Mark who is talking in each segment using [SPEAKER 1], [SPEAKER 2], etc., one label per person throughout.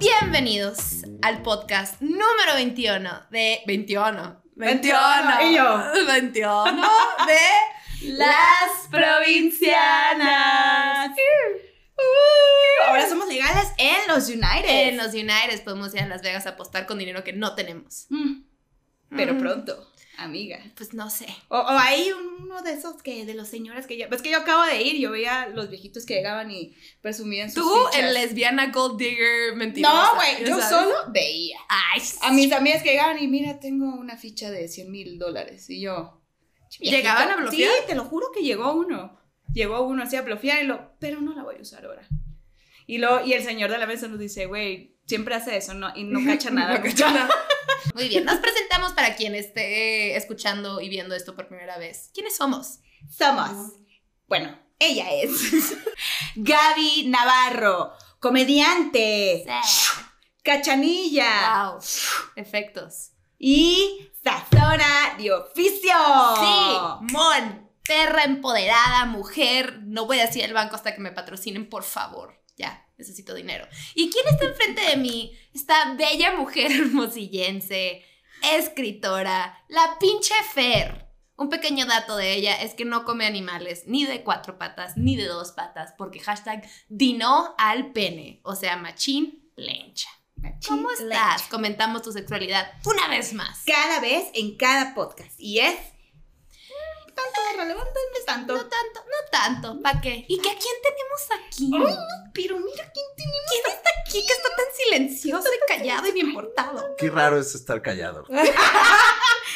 [SPEAKER 1] Bienvenidos al podcast número 21 de... 21.
[SPEAKER 2] 21. Y yo.
[SPEAKER 1] 21 de Las Provincianas. Uh.
[SPEAKER 2] Uh. Ahora somos legales en los United.
[SPEAKER 1] En los United podemos ir a Las Vegas a apostar con dinero que no tenemos.
[SPEAKER 2] Mm, Pero
[SPEAKER 1] Mm.
[SPEAKER 2] pronto, amiga.
[SPEAKER 1] Pues no sé.
[SPEAKER 2] O, o hay uno de esos que, de los señores que ya. Es que yo acabo de ir, yo veía los viejitos que llegaban y presumían sus.
[SPEAKER 1] Tú,
[SPEAKER 2] fichas.
[SPEAKER 1] el lesbiana gold digger mentirosa.
[SPEAKER 2] No, güey,
[SPEAKER 1] ya
[SPEAKER 2] yo
[SPEAKER 1] sabes.
[SPEAKER 2] solo veía.
[SPEAKER 1] Ay,
[SPEAKER 2] A mis amigas que llegaban y mira, tengo una ficha de 100 mil dólares. Y yo. "Viejito".
[SPEAKER 1] ¿Llegaban a bloquear?
[SPEAKER 2] Sí, te lo juro que llegó uno. Llegó uno así a bloquear y lo, pero no la voy a usar ahora. Y, lo, y el señor de la mesa nos dice, güey, siempre hace eso no, y no cacha nada.
[SPEAKER 1] No cacha Muy bien, nos presentamos para quien esté escuchando y viendo esto por primera vez. ¿Quiénes somos?
[SPEAKER 2] Somos. Bueno, ella es Gaby Navarro, comediante, cachanilla
[SPEAKER 1] Wow. Efectos.
[SPEAKER 2] y sazona de oficio. Oh.
[SPEAKER 1] Sí, mon, perra empoderada, mujer. No voy a decir el banco hasta que me patrocinen, por favor. Ya, necesito dinero. ¿Y quién está enfrente de mí? Esta bella mujer hermosillense, escritora, la pinche Fer. Un pequeño dato de ella es que no come animales, ni de cuatro patas, ni de dos patas, porque hashtag dino al pene, o sea, machín lencha. ¿Cómo estás? Comentamos tu sexualidad una vez más.
[SPEAKER 2] Cada vez en cada podcast. Y es. mm, Tanto relevante, no es tanto.
[SPEAKER 1] No tanto, no tanto. ¿Para qué? ¿Y que a quién tenemos aquí?
[SPEAKER 2] Ay, no, pero mira quién tiene.
[SPEAKER 1] ¿Quién está aquí que está tan silencioso y callado y bien portado?
[SPEAKER 3] Qué raro es estar callado.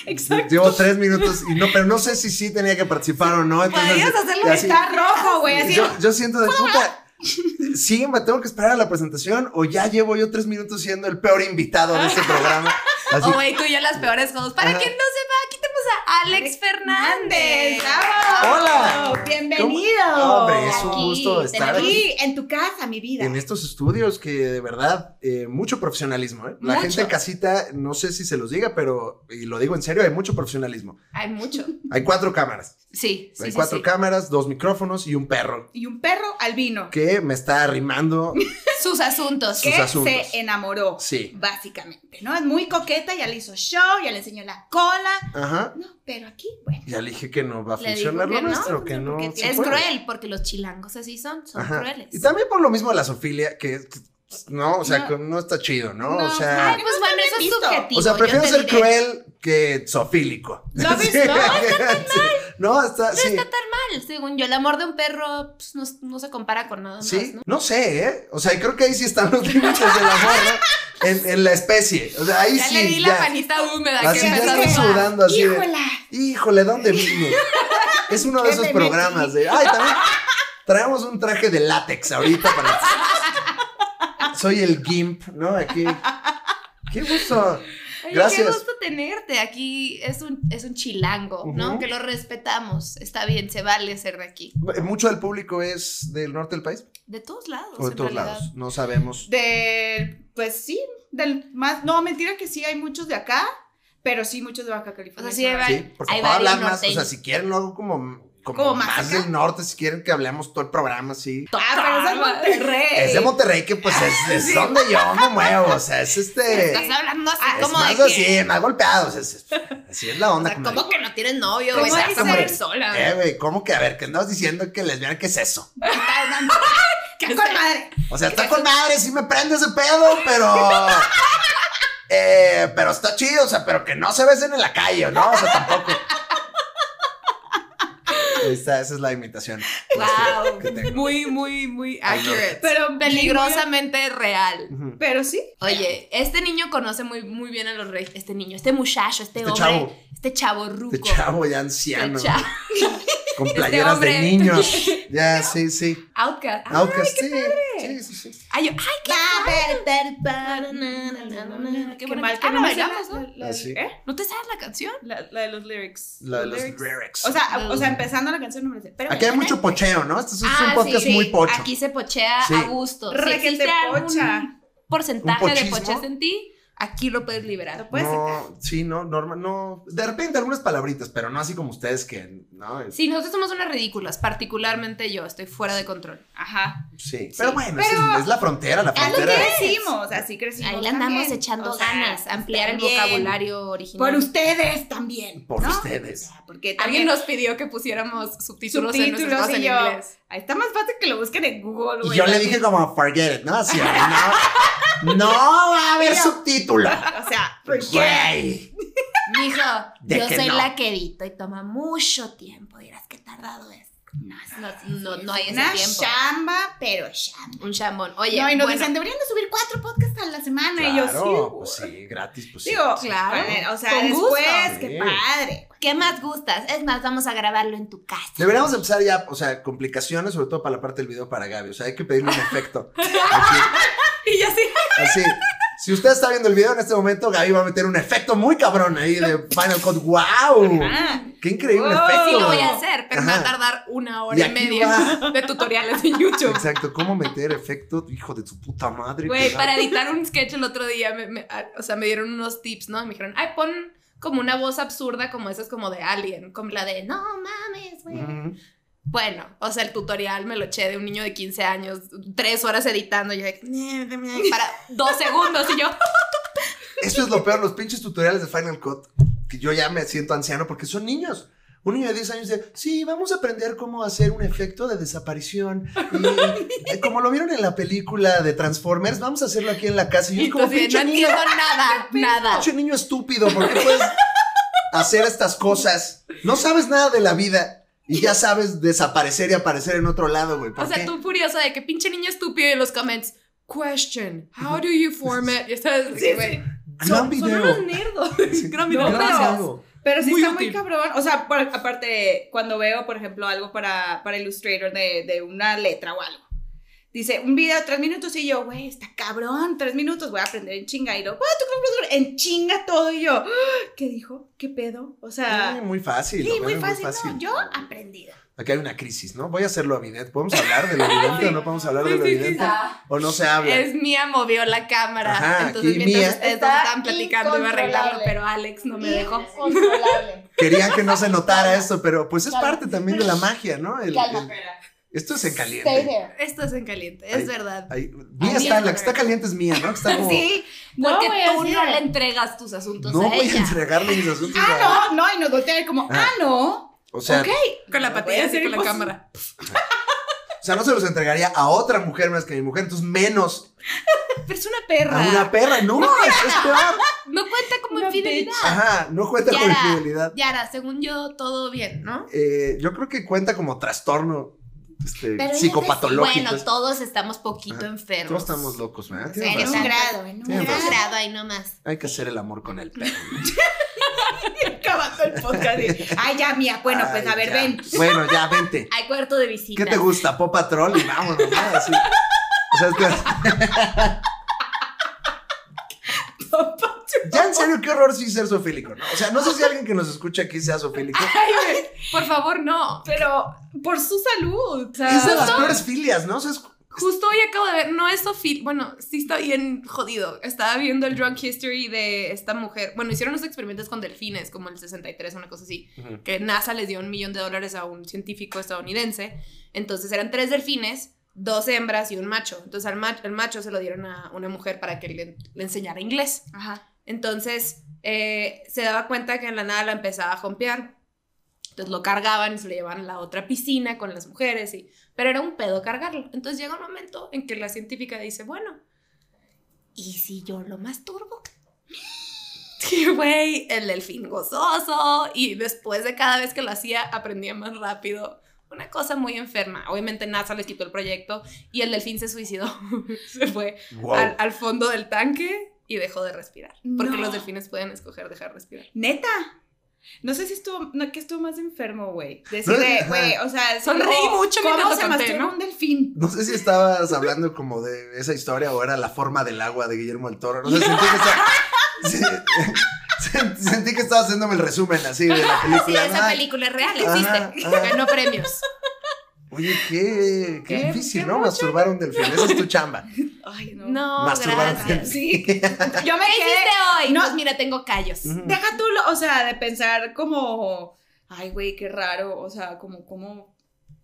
[SPEAKER 2] Exacto.
[SPEAKER 3] Llevo tres minutos y no, pero no sé si sí tenía que participar o no. entonces-
[SPEAKER 2] Podrías
[SPEAKER 1] pues,
[SPEAKER 2] hacerlo
[SPEAKER 3] así-
[SPEAKER 2] estar rojo, güey. Así.
[SPEAKER 3] yo, yo siento de puta. Sí, me tengo que esperar a la presentación o ya llevo yo tres minutos siendo el peor invitado de este programa. Así,
[SPEAKER 1] Oh, güey, tú y yo las peores cosas. Para
[SPEAKER 3] Ajá.
[SPEAKER 1] quien no sepa, aquí tenemos a Alex Fernández. Ah,
[SPEAKER 2] ¡Bravo!
[SPEAKER 3] Hola.
[SPEAKER 2] ¡Bienvenido!
[SPEAKER 3] Hombre, es un
[SPEAKER 1] Aquí,
[SPEAKER 3] gusto estar aquí.
[SPEAKER 2] Aquí, en tu casa, mi vida.
[SPEAKER 3] En estos estudios que de verdad, eh, mucho profesionalismo. ¿eh? La
[SPEAKER 1] Mucho.
[SPEAKER 3] gente en casita, no sé si se los diga, pero, y lo digo en serio, hay mucho profesionalismo.
[SPEAKER 1] Hay mucho.
[SPEAKER 3] Hay cuatro cámaras.
[SPEAKER 1] Sí, sí,
[SPEAKER 3] hay
[SPEAKER 1] sí,
[SPEAKER 3] cuatro
[SPEAKER 1] sí.
[SPEAKER 3] cámaras, dos micrófonos y un perro
[SPEAKER 2] Y un perro albino
[SPEAKER 3] que me está arrimando
[SPEAKER 1] Sus asuntos.
[SPEAKER 3] ¿Qué?
[SPEAKER 2] que
[SPEAKER 3] sus asuntos.
[SPEAKER 2] se enamoró.
[SPEAKER 3] Sí.
[SPEAKER 2] Básicamente, ¿no? Es muy coqueta, ya le hizo show, ya le enseñó la cola.
[SPEAKER 3] Ajá.
[SPEAKER 2] No, pero aquí, bueno.
[SPEAKER 3] Ya le dije que no va a
[SPEAKER 1] Le dijo
[SPEAKER 3] funcionar
[SPEAKER 1] que
[SPEAKER 3] lo
[SPEAKER 1] no,
[SPEAKER 3] nuestro, que no.
[SPEAKER 2] porque
[SPEAKER 3] se
[SPEAKER 1] Es
[SPEAKER 3] puede.
[SPEAKER 1] cruel, porque los chilangos así son, son
[SPEAKER 3] Ajá.
[SPEAKER 1] crueles.
[SPEAKER 3] Y también por lo mismo de la sofilia, que que- no, o sea,
[SPEAKER 2] No.
[SPEAKER 3] que no está chido, ¿no?
[SPEAKER 2] No,
[SPEAKER 3] o
[SPEAKER 1] Ay,
[SPEAKER 3] sea,
[SPEAKER 2] no
[SPEAKER 1] pues
[SPEAKER 2] está
[SPEAKER 1] bueno,
[SPEAKER 2] bien
[SPEAKER 1] eso es
[SPEAKER 2] visto.
[SPEAKER 1] subjetivo.
[SPEAKER 3] o sea,
[SPEAKER 1] yo
[SPEAKER 3] prefiero
[SPEAKER 1] te pues,
[SPEAKER 3] ser
[SPEAKER 1] diré.
[SPEAKER 3] cruel que sofílico.
[SPEAKER 2] ¿Lo ves? No,
[SPEAKER 3] Sí. No, está,
[SPEAKER 1] No
[SPEAKER 3] sí.
[SPEAKER 1] está tan mal, según yo. El amor de un perro pues, no, no se compara con nada más,
[SPEAKER 3] Sí,
[SPEAKER 1] ¿no?
[SPEAKER 3] no sé, ¿eh? O sea, creo que ahí sí están los límites del amor, ¿no? En, en la especie. O sea, ahí
[SPEAKER 1] Ya
[SPEAKER 3] sí.
[SPEAKER 1] le di la
[SPEAKER 3] ya.
[SPEAKER 1] manita húmeda
[SPEAKER 3] Así
[SPEAKER 1] que
[SPEAKER 3] ya
[SPEAKER 1] empezó a
[SPEAKER 3] estoy
[SPEAKER 1] sudar.
[SPEAKER 3] sudando así de-
[SPEAKER 2] ¡Híjola!
[SPEAKER 3] Híjole, ¿dónde vine? Es uno de
[SPEAKER 2] ¿Qué
[SPEAKER 3] esos
[SPEAKER 2] me
[SPEAKER 3] programas de. Ay, también. Traemos un traje de látex ahorita para. Soy el Gimp, ¿no? Aquí. Qué gusto.
[SPEAKER 1] Oye,
[SPEAKER 3] Gracias.
[SPEAKER 1] Qué gusto tenerte. Aquí es un, es un chilango, ¿no?
[SPEAKER 3] Ujú.
[SPEAKER 1] Que lo respetamos. Está bien, se vale ser de aquí.
[SPEAKER 3] Mucho del público es del norte del país
[SPEAKER 1] De todos lados.
[SPEAKER 3] o de
[SPEAKER 1] en
[SPEAKER 3] todos
[SPEAKER 1] realidad.
[SPEAKER 3] lados. No sabemos.
[SPEAKER 2] Del, pues sí, del más. No, mentira que sí, hay muchos de acá, pero sí, muchos de Baja California.
[SPEAKER 1] O sea, sí hay varios.
[SPEAKER 3] Sí, porque
[SPEAKER 1] Hay
[SPEAKER 3] puedo hablar
[SPEAKER 1] varios
[SPEAKER 3] más. O sea,
[SPEAKER 1] norteños.
[SPEAKER 3] si quieren, lo hago como. Como,
[SPEAKER 2] Como más
[SPEAKER 3] más,
[SPEAKER 2] acá.
[SPEAKER 3] del norte, si quieren que hablemos todo el programa, sí.
[SPEAKER 2] Ah, pero es de Monterrey.
[SPEAKER 3] Es de Monterrey, que pues es, es donde yo me muevo. O sea, es este.
[SPEAKER 1] Estás hablando así
[SPEAKER 2] Ah,
[SPEAKER 3] Es
[SPEAKER 1] como
[SPEAKER 3] más
[SPEAKER 1] de que,
[SPEAKER 3] así, más golpeado. o sea, es- así es la
[SPEAKER 1] o
[SPEAKER 3] onda.
[SPEAKER 1] sea,
[SPEAKER 3] comadre.
[SPEAKER 1] ¿cómo que no tienes novio?
[SPEAKER 2] ¿Cómo
[SPEAKER 1] güey? Estás
[SPEAKER 2] dice?
[SPEAKER 1] como eres sola.
[SPEAKER 3] Eh, güey, ¿cómo que? A ver, que andabas diciendo que lesbiana, ¿qué es eso?
[SPEAKER 2] ¡Qué con madre!
[SPEAKER 3] O sea, está con madre, sí me prende ese pedo, pero. Eh, pero está chido, o sea, pero que no se besen en la calle, ¿no? O sea, tampoco. Ahí está, esa es la imitación.
[SPEAKER 1] Wow.
[SPEAKER 3] pues, que tengo.
[SPEAKER 1] Muy, muy, muy
[SPEAKER 3] Ay, no.
[SPEAKER 1] accurate.
[SPEAKER 2] Pero
[SPEAKER 1] peligrosamente real.
[SPEAKER 3] Este, Ujú.
[SPEAKER 2] Pero sí.
[SPEAKER 1] Oye, este niño conoce muy, muy bien a los reyes. Este niño, este muchacho, este,
[SPEAKER 3] Este
[SPEAKER 1] hombre.
[SPEAKER 3] chavo.
[SPEAKER 1] Este chavo ruco.
[SPEAKER 3] Este chavo ya
[SPEAKER 1] Este
[SPEAKER 3] anciano,
[SPEAKER 1] chavo. Este
[SPEAKER 3] con playeras
[SPEAKER 1] hombre.
[SPEAKER 3] de niños. Ya, sí, sí.
[SPEAKER 1] Outcast. Ah,
[SPEAKER 3] Outcast, sí, sí, sí, sí.
[SPEAKER 1] ay, yo- ay, qué
[SPEAKER 2] Ah, Qué,
[SPEAKER 1] bonito.
[SPEAKER 2] mal que
[SPEAKER 1] Ah, la
[SPEAKER 2] no me sé
[SPEAKER 1] bailamos,
[SPEAKER 2] la-
[SPEAKER 1] ¿no?
[SPEAKER 2] la- la-
[SPEAKER 3] Así.
[SPEAKER 2] ¿eh?
[SPEAKER 1] ¿No te sabes la canción?
[SPEAKER 2] La, la de los lyrics.
[SPEAKER 3] La de los lyrics.
[SPEAKER 2] O sea,
[SPEAKER 1] Los-
[SPEAKER 2] o sea, empezando la canción no me la sé. Pero
[SPEAKER 3] Aquí hay mucho pocheo, ¿no? Este es un podcast
[SPEAKER 1] Ah, sí,
[SPEAKER 3] muy
[SPEAKER 1] sí.
[SPEAKER 3] pocho.
[SPEAKER 1] Aquí se pochea
[SPEAKER 3] Sí.
[SPEAKER 1] a gusto. Si
[SPEAKER 2] Requete
[SPEAKER 1] existe algún
[SPEAKER 2] pocha.
[SPEAKER 1] porcentaje
[SPEAKER 3] Un
[SPEAKER 1] de
[SPEAKER 3] pochismo.
[SPEAKER 1] poches en ti, Aquí lo puedes liberar.
[SPEAKER 2] Lo puedes sacar.
[SPEAKER 3] no, sí, no, Norma, no. De repente algunas palabritas, pero no así como ustedes que, no, es-
[SPEAKER 1] Sí, nosotros somos unas ridículas, particularmente yo, estoy fuera de control.
[SPEAKER 2] Ajá.
[SPEAKER 3] sí. Pero
[SPEAKER 1] sí,
[SPEAKER 3] bueno,
[SPEAKER 2] pero-
[SPEAKER 3] Es, es la frontera, la
[SPEAKER 1] Es lo que
[SPEAKER 2] Así
[SPEAKER 3] frontera.
[SPEAKER 1] es.
[SPEAKER 2] crecimos, así crecimos.
[SPEAKER 1] Ahí le andamos
[SPEAKER 2] también.
[SPEAKER 1] echando
[SPEAKER 2] O sea,
[SPEAKER 1] ganas, ampliar el
[SPEAKER 2] también.
[SPEAKER 1] vocabulario original.
[SPEAKER 2] Por ustedes también.
[SPEAKER 3] Por
[SPEAKER 2] ¿no?
[SPEAKER 3] ustedes.
[SPEAKER 2] O sea, porque
[SPEAKER 1] Alguien
[SPEAKER 2] también
[SPEAKER 1] nos pidió que pusiéramos subtítulos, en
[SPEAKER 2] Subtítulos
[SPEAKER 1] nuestras cosas
[SPEAKER 2] y
[SPEAKER 1] en
[SPEAKER 2] yo-
[SPEAKER 1] inglés.
[SPEAKER 2] Ahí está más fácil que lo busquen en Google.
[SPEAKER 3] Y
[SPEAKER 2] güey.
[SPEAKER 3] yo le dije como, forget it, ¿no? Así, no, no va a haber
[SPEAKER 2] Mira.
[SPEAKER 3] subtítulo.
[SPEAKER 2] O sea, ¿por qué?
[SPEAKER 3] Güey.
[SPEAKER 1] Mijo,
[SPEAKER 3] De
[SPEAKER 1] yo
[SPEAKER 3] que
[SPEAKER 1] soy
[SPEAKER 3] no.
[SPEAKER 1] la que edito y toma mucho tiempo. Dirás que tardado es.
[SPEAKER 2] No,
[SPEAKER 1] No, no, no hay ese
[SPEAKER 2] Una
[SPEAKER 1] tiempo.
[SPEAKER 2] chamba, pero chamba.
[SPEAKER 1] Un chambón. Oye,
[SPEAKER 2] no, y nos
[SPEAKER 1] bueno,
[SPEAKER 2] dicen, deberían de subir cuatro podcasts a la semana. y yo, sí.
[SPEAKER 3] Claro,
[SPEAKER 2] güey".
[SPEAKER 3] pues sí, gratis, pues sí.
[SPEAKER 2] Digo,
[SPEAKER 1] Claro.
[SPEAKER 2] claro. O sea,
[SPEAKER 1] Con gusto.
[SPEAKER 2] después,
[SPEAKER 3] Sí.
[SPEAKER 2] qué padre.
[SPEAKER 1] ¿qué más gustas? Es más, vamos a grabarlo en tu casa.
[SPEAKER 3] Deberíamos empezar ya, o sea, complicaciones, sobre todo para la parte del video para Gaby. O sea, hay que pedirle un efecto. Así,
[SPEAKER 2] Y yo sí.
[SPEAKER 3] así. Si usted está viendo el video en este momento, Gaby va a meter un efecto muy cabrón ahí de Final Cut. ¡Wow!
[SPEAKER 2] Ah,
[SPEAKER 3] ¡Qué increíble
[SPEAKER 2] Wow.
[SPEAKER 1] Sí
[SPEAKER 3] efecto!
[SPEAKER 1] lo voy a hacer, pero me va a
[SPEAKER 3] Ajá.
[SPEAKER 1] tardar una hora
[SPEAKER 3] Y
[SPEAKER 1] y,
[SPEAKER 3] aquí
[SPEAKER 1] media de tutoriales de YouTube.
[SPEAKER 3] Exacto, ¿cómo meter efecto? Hijo de su puta madre.
[SPEAKER 2] Güey,
[SPEAKER 3] qué
[SPEAKER 1] Para editar un sketch el otro día, me- me- a- o sea, me dieron unos tips, ¿no? Y me dijeron, ay, pon como una voz absurda como esas como de Alien, como la de, no mames, güey.
[SPEAKER 3] Ujú.
[SPEAKER 1] Bueno, o sea, el tutorial me lo eché de un niño de 15 años, tres horas editando, y yo de, "Ne, ne, ne", para dos segundos, y yo,
[SPEAKER 3] Eso es lo peor, los pinches tutoriales de Final Cut, que yo ya me siento anciano porque son niños. Un niño de 10 años dice, sí, vamos a aprender cómo hacer un efecto de desaparición. Y eh, como lo vieron en la película de Transformers, vamos a hacerlo aquí en la casa. Y yo
[SPEAKER 1] y
[SPEAKER 3] como,
[SPEAKER 1] entonces, no
[SPEAKER 3] pinche niño,
[SPEAKER 1] entiendo nada, nada.
[SPEAKER 3] pinche niño estúpido, ¿por qué puedes hacer estas cosas? No sabes nada de la vida y ya sabes desaparecer y aparecer en otro lado, güey. ¿Por
[SPEAKER 1] O sea,
[SPEAKER 3] qué?
[SPEAKER 1] tú furioso de que pinche niño estúpido y en los comments, question, how do you format? Y estás,
[SPEAKER 2] sí.
[SPEAKER 1] güey,
[SPEAKER 3] Gran
[SPEAKER 2] son, son unos
[SPEAKER 3] video.
[SPEAKER 2] nerdos.
[SPEAKER 3] Sí,
[SPEAKER 1] gran
[SPEAKER 2] video.
[SPEAKER 3] gran
[SPEAKER 2] Pero-
[SPEAKER 3] video.
[SPEAKER 2] Pero sí
[SPEAKER 1] Muy
[SPEAKER 2] está muy
[SPEAKER 1] útil.
[SPEAKER 2] cabrón. O sea, por- aparte, cuando veo, por ejemplo, algo para, para Illustrator de, de una letra o algo. Dice, un video de tres minutos y yo, güey, está cabrón, tres minutos, voy a aprender en chinga. Y lo, "Guau, tu, tu, tu, tu", en chinga todo. Y yo, "Ah, ¿qué dijo? ¿Qué pedo? O
[SPEAKER 3] Sí,
[SPEAKER 2] sea,
[SPEAKER 3] muy fácil.
[SPEAKER 2] sí,
[SPEAKER 3] lo
[SPEAKER 2] muy,
[SPEAKER 3] ven
[SPEAKER 2] fácil, ¿no? Yo aprendida.
[SPEAKER 3] Aquí hay una crisis, ¿no? Voy a hacerlo evidente. ¿Podemos hablar de lo evidente o no podemos hablar de
[SPEAKER 1] Sí,
[SPEAKER 3] lo
[SPEAKER 1] sí, sí,
[SPEAKER 3] evidente?
[SPEAKER 1] sí.
[SPEAKER 3] O no se habla.
[SPEAKER 1] Es Mía movió la cámara.
[SPEAKER 3] Ajá,
[SPEAKER 1] Entonces,
[SPEAKER 3] aquí
[SPEAKER 1] mientras
[SPEAKER 3] Mía.
[SPEAKER 1] ustedes dos
[SPEAKER 2] Está
[SPEAKER 1] estaban platicando, iba a arreglarlo,
[SPEAKER 2] incontrolable.
[SPEAKER 1] pero Alex no me dejó.
[SPEAKER 2] Incontrolable.
[SPEAKER 3] Querían que no se notara esto, pero pues es
[SPEAKER 2] Calma.
[SPEAKER 3] parte también de la magia, ¿no? El-
[SPEAKER 2] Calma.
[SPEAKER 3] el- esto es en caliente.
[SPEAKER 1] Esto es en caliente, es
[SPEAKER 3] Ay.
[SPEAKER 1] verdad.
[SPEAKER 3] Ahí- mía
[SPEAKER 1] Ahí
[SPEAKER 3] está,
[SPEAKER 1] es
[SPEAKER 3] la que está
[SPEAKER 1] correcto.
[SPEAKER 3] caliente es mía, ¿no? Que está como,
[SPEAKER 2] Sí,
[SPEAKER 1] Porque
[SPEAKER 2] güey,
[SPEAKER 1] tú
[SPEAKER 2] así
[SPEAKER 1] no
[SPEAKER 2] es.
[SPEAKER 1] le entregas tus asuntos
[SPEAKER 3] no
[SPEAKER 1] a
[SPEAKER 3] voy a
[SPEAKER 1] ella.
[SPEAKER 3] entregarle mis asuntos a...
[SPEAKER 2] Ah, no, no, y nos voltea y como,
[SPEAKER 3] Ah.
[SPEAKER 2] ah, no.
[SPEAKER 3] O sea,
[SPEAKER 2] ok.
[SPEAKER 1] Con la
[SPEAKER 2] No
[SPEAKER 1] patilla
[SPEAKER 2] voy a
[SPEAKER 1] así
[SPEAKER 2] hacer
[SPEAKER 1] con la
[SPEAKER 2] impos-
[SPEAKER 1] cámara.
[SPEAKER 3] o sea, no se los entregaría a otra mujer más que a mi mujer, entonces menos
[SPEAKER 1] Pero es una
[SPEAKER 3] a
[SPEAKER 1] perra.
[SPEAKER 3] una perra. No, es, es peor.
[SPEAKER 1] No cuenta como
[SPEAKER 2] Una
[SPEAKER 1] infidelidad.
[SPEAKER 3] Ajá, no cuenta con
[SPEAKER 1] Yara.
[SPEAKER 3] infidelidad.
[SPEAKER 1] Yara, según yo, todo bien, ¿no?
[SPEAKER 3] Eh, yo creo que cuenta como trastorno este,
[SPEAKER 1] Pero ella te-
[SPEAKER 3] psicopatológico.
[SPEAKER 1] Bueno, todos estamos poquito
[SPEAKER 3] Ajá.
[SPEAKER 1] enfermos.
[SPEAKER 3] Todos estamos locos, ¿verdad? Ah, Tienes
[SPEAKER 1] Sí,
[SPEAKER 2] En
[SPEAKER 3] razón.
[SPEAKER 2] un grado, en un
[SPEAKER 3] Tienes
[SPEAKER 1] Un
[SPEAKER 3] razón.
[SPEAKER 2] grado.
[SPEAKER 1] grado ahí nomás.
[SPEAKER 3] Hay que hacer el amor con el perro.
[SPEAKER 2] Acabando el podcast. y, Ay, ya, mía, bueno, pues
[SPEAKER 3] Ay,
[SPEAKER 2] a ver,
[SPEAKER 3] ya.
[SPEAKER 2] ven.
[SPEAKER 3] Bueno, ya, vente.
[SPEAKER 1] Hay cuarto de visita.
[SPEAKER 3] ¿Qué te gusta? Pop Patrol y vámonos, ¿no? Así. O sea, es que- ya en serio, qué horror sí ser sofílico, ¿no? O sea, no sé si alguien que nos escucha aquí sea sofílico.
[SPEAKER 2] Ay, güey.
[SPEAKER 1] Por favor, no.
[SPEAKER 2] Pero por su salud. o sea,
[SPEAKER 3] Es de las peores filias, ¿no? O sea, es-
[SPEAKER 1] Justo hoy acabo de ver, no es Sofía, bueno, sí está bien jodido. Estaba viendo el drug history de esta mujer. Bueno, hicieron unos experimentos con delfines, como el 63, una cosa así, que NASA les dio un millón de dólares a un científico estadounidense. Entonces eran tres delfines, dos hembras y un macho. Entonces al macho, el macho se lo dieron a una mujer para que le, le enseñara inglés.
[SPEAKER 2] Ajá.
[SPEAKER 1] Entonces eh, se daba cuenta que en la nada la empezaba a jompear. Entonces lo cargaban y se lo llevaban a la otra piscina con las mujeres. Y, pero era un pedo cargarlo. Entonces llega un momento en que la científica dice, bueno, ¿y si yo lo masturbo? Sí, güey, el delfín gozoso. Y después de cada vez que lo hacía, aprendía más rápido. Una cosa muy enferma. Obviamente NASA les quitó el proyecto y el delfín se suicidó. se fue
[SPEAKER 3] wow.
[SPEAKER 1] al, al fondo del tanque y dejó de respirar. Porque
[SPEAKER 2] No.
[SPEAKER 1] los delfines pueden escoger dejar de respirar.
[SPEAKER 2] Neta. No sé si estuvo, no, que estuvo más enfermo, güey.
[SPEAKER 3] No,
[SPEAKER 2] Decir, de,
[SPEAKER 3] ajá.
[SPEAKER 2] güey, o sea,
[SPEAKER 1] Sonreí
[SPEAKER 2] como,
[SPEAKER 1] mucho
[SPEAKER 2] ¿cómo
[SPEAKER 1] mientras lo
[SPEAKER 2] se
[SPEAKER 1] conté,
[SPEAKER 2] masturba
[SPEAKER 1] ¿no?
[SPEAKER 2] un delfín?
[SPEAKER 3] No sé si estabas hablando como de esa historia o era la forma del agua de Guillermo del Toro. No sé, sentí que estaba- se- sen- sentí que estabas haciéndome el resumen así de la
[SPEAKER 1] Sí,
[SPEAKER 3] película.
[SPEAKER 1] esa
[SPEAKER 3] Ay,
[SPEAKER 1] película es real,
[SPEAKER 3] Ajá,
[SPEAKER 1] existe.
[SPEAKER 3] ajá.
[SPEAKER 1] Ganó premios.
[SPEAKER 3] Oye, qué, qué
[SPEAKER 2] Qué-
[SPEAKER 3] difícil,
[SPEAKER 2] qué
[SPEAKER 3] ¿no?
[SPEAKER 2] mucho.
[SPEAKER 3] Masturbar a un delfín. Esa es tu chamba.
[SPEAKER 2] Ay, no.
[SPEAKER 1] No,
[SPEAKER 3] Masturbarte.
[SPEAKER 1] gracias.
[SPEAKER 2] Sí. Yo me
[SPEAKER 1] ¿Qué
[SPEAKER 2] quedé.
[SPEAKER 1] hiciste hoy?
[SPEAKER 2] No.
[SPEAKER 1] Pues mira, tengo callos.
[SPEAKER 3] Ujú.
[SPEAKER 2] Deja tú, lo- o sea, de pensar como, ay, güey, qué raro, o sea, como, como,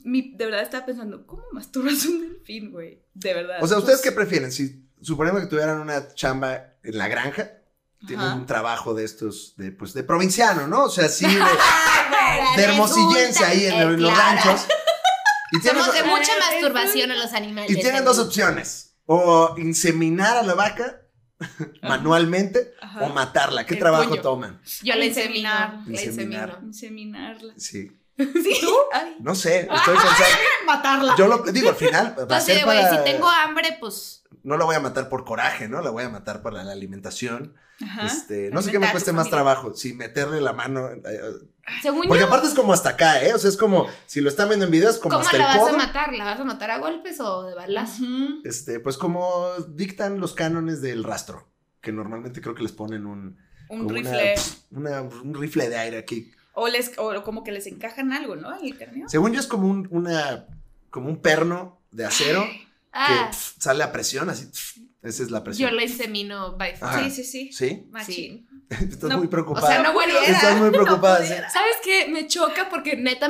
[SPEAKER 2] mi, de verdad estaba pensando, ¿cómo masturbas un delfín, güey? De verdad.
[SPEAKER 3] O sea, ¿ustedes
[SPEAKER 1] Pues-
[SPEAKER 3] qué prefieren? Si suponemos que tuvieran una chamba en la granja, tienen
[SPEAKER 2] Ajá.
[SPEAKER 3] un trabajo de estos, de, pues, de provinciano, ¿no? O sea, sí, de,
[SPEAKER 1] Ahora
[SPEAKER 3] de
[SPEAKER 1] resulta
[SPEAKER 3] hermosillense ahí en,
[SPEAKER 1] que,
[SPEAKER 3] en los
[SPEAKER 1] Eh, claro,
[SPEAKER 3] ranchos. Y tienen,
[SPEAKER 1] Somos de
[SPEAKER 2] Ahora
[SPEAKER 1] mucha
[SPEAKER 2] resulta-
[SPEAKER 1] masturbación a los animales.
[SPEAKER 3] y tienen dos opciones. O inseminar a la vaca manualmente
[SPEAKER 2] Ajá.
[SPEAKER 3] o matarla. ¿Qué
[SPEAKER 1] El
[SPEAKER 3] trabajo
[SPEAKER 1] puño.
[SPEAKER 3] toman?
[SPEAKER 1] Yo la insemino.
[SPEAKER 2] Inseminar.
[SPEAKER 1] La
[SPEAKER 3] Inseminar.
[SPEAKER 1] insemino.
[SPEAKER 2] Inseminarla.
[SPEAKER 3] Sí.
[SPEAKER 2] ¿Sí? Ay,
[SPEAKER 3] No sé, estoy pensando.
[SPEAKER 2] matarla.
[SPEAKER 3] Yo lo digo, al final va a
[SPEAKER 1] Entonces,
[SPEAKER 3] ser
[SPEAKER 1] güey,
[SPEAKER 3] para...
[SPEAKER 1] si tengo hambre, pues.
[SPEAKER 3] No la voy a matar por coraje, ¿no? La voy a matar para la alimentación.
[SPEAKER 2] Ajá.
[SPEAKER 3] Este, no sé
[SPEAKER 2] Alimentar
[SPEAKER 3] qué me
[SPEAKER 2] a tu
[SPEAKER 3] cueste más
[SPEAKER 2] familia.
[SPEAKER 3] trabajo, si meterle la mano. eh, eh,
[SPEAKER 1] Según
[SPEAKER 3] Porque
[SPEAKER 1] yo,
[SPEAKER 3] aparte es como hasta acá, ¿eh? O sea, es como, si lo están viendo en videos, como
[SPEAKER 1] ¿cómo
[SPEAKER 3] hasta
[SPEAKER 1] la vas
[SPEAKER 3] el codo.
[SPEAKER 1] a matar? ¿La vas a matar a golpes o de balas?
[SPEAKER 2] Ujú.
[SPEAKER 3] Este, pues como dictan los cánones del rastro, que normalmente creo que les ponen un,
[SPEAKER 2] Un
[SPEAKER 3] como una-
[SPEAKER 2] rifle.
[SPEAKER 3] una- un rifle de aire aquí.
[SPEAKER 2] O, les, o como que les encajan algo, ¿no? El carneo.
[SPEAKER 3] Según yo es como un, una, como un perno de acero que
[SPEAKER 1] Ah,
[SPEAKER 3] pf, sale a presión, así. pf, esa es la
[SPEAKER 1] yo
[SPEAKER 3] presión.
[SPEAKER 1] la insemino by
[SPEAKER 3] Ajá. Pues
[SPEAKER 2] Sí, sí, sí.
[SPEAKER 3] ¿Sí?
[SPEAKER 2] Machín.
[SPEAKER 3] Estás
[SPEAKER 2] No,
[SPEAKER 3] muy
[SPEAKER 1] O
[SPEAKER 3] preocupada.
[SPEAKER 1] sea, no vuelvo
[SPEAKER 2] pudiera.
[SPEAKER 3] Estás muy preocupada. sí.
[SPEAKER 1] ¿Sabes qué? Me choca porque neta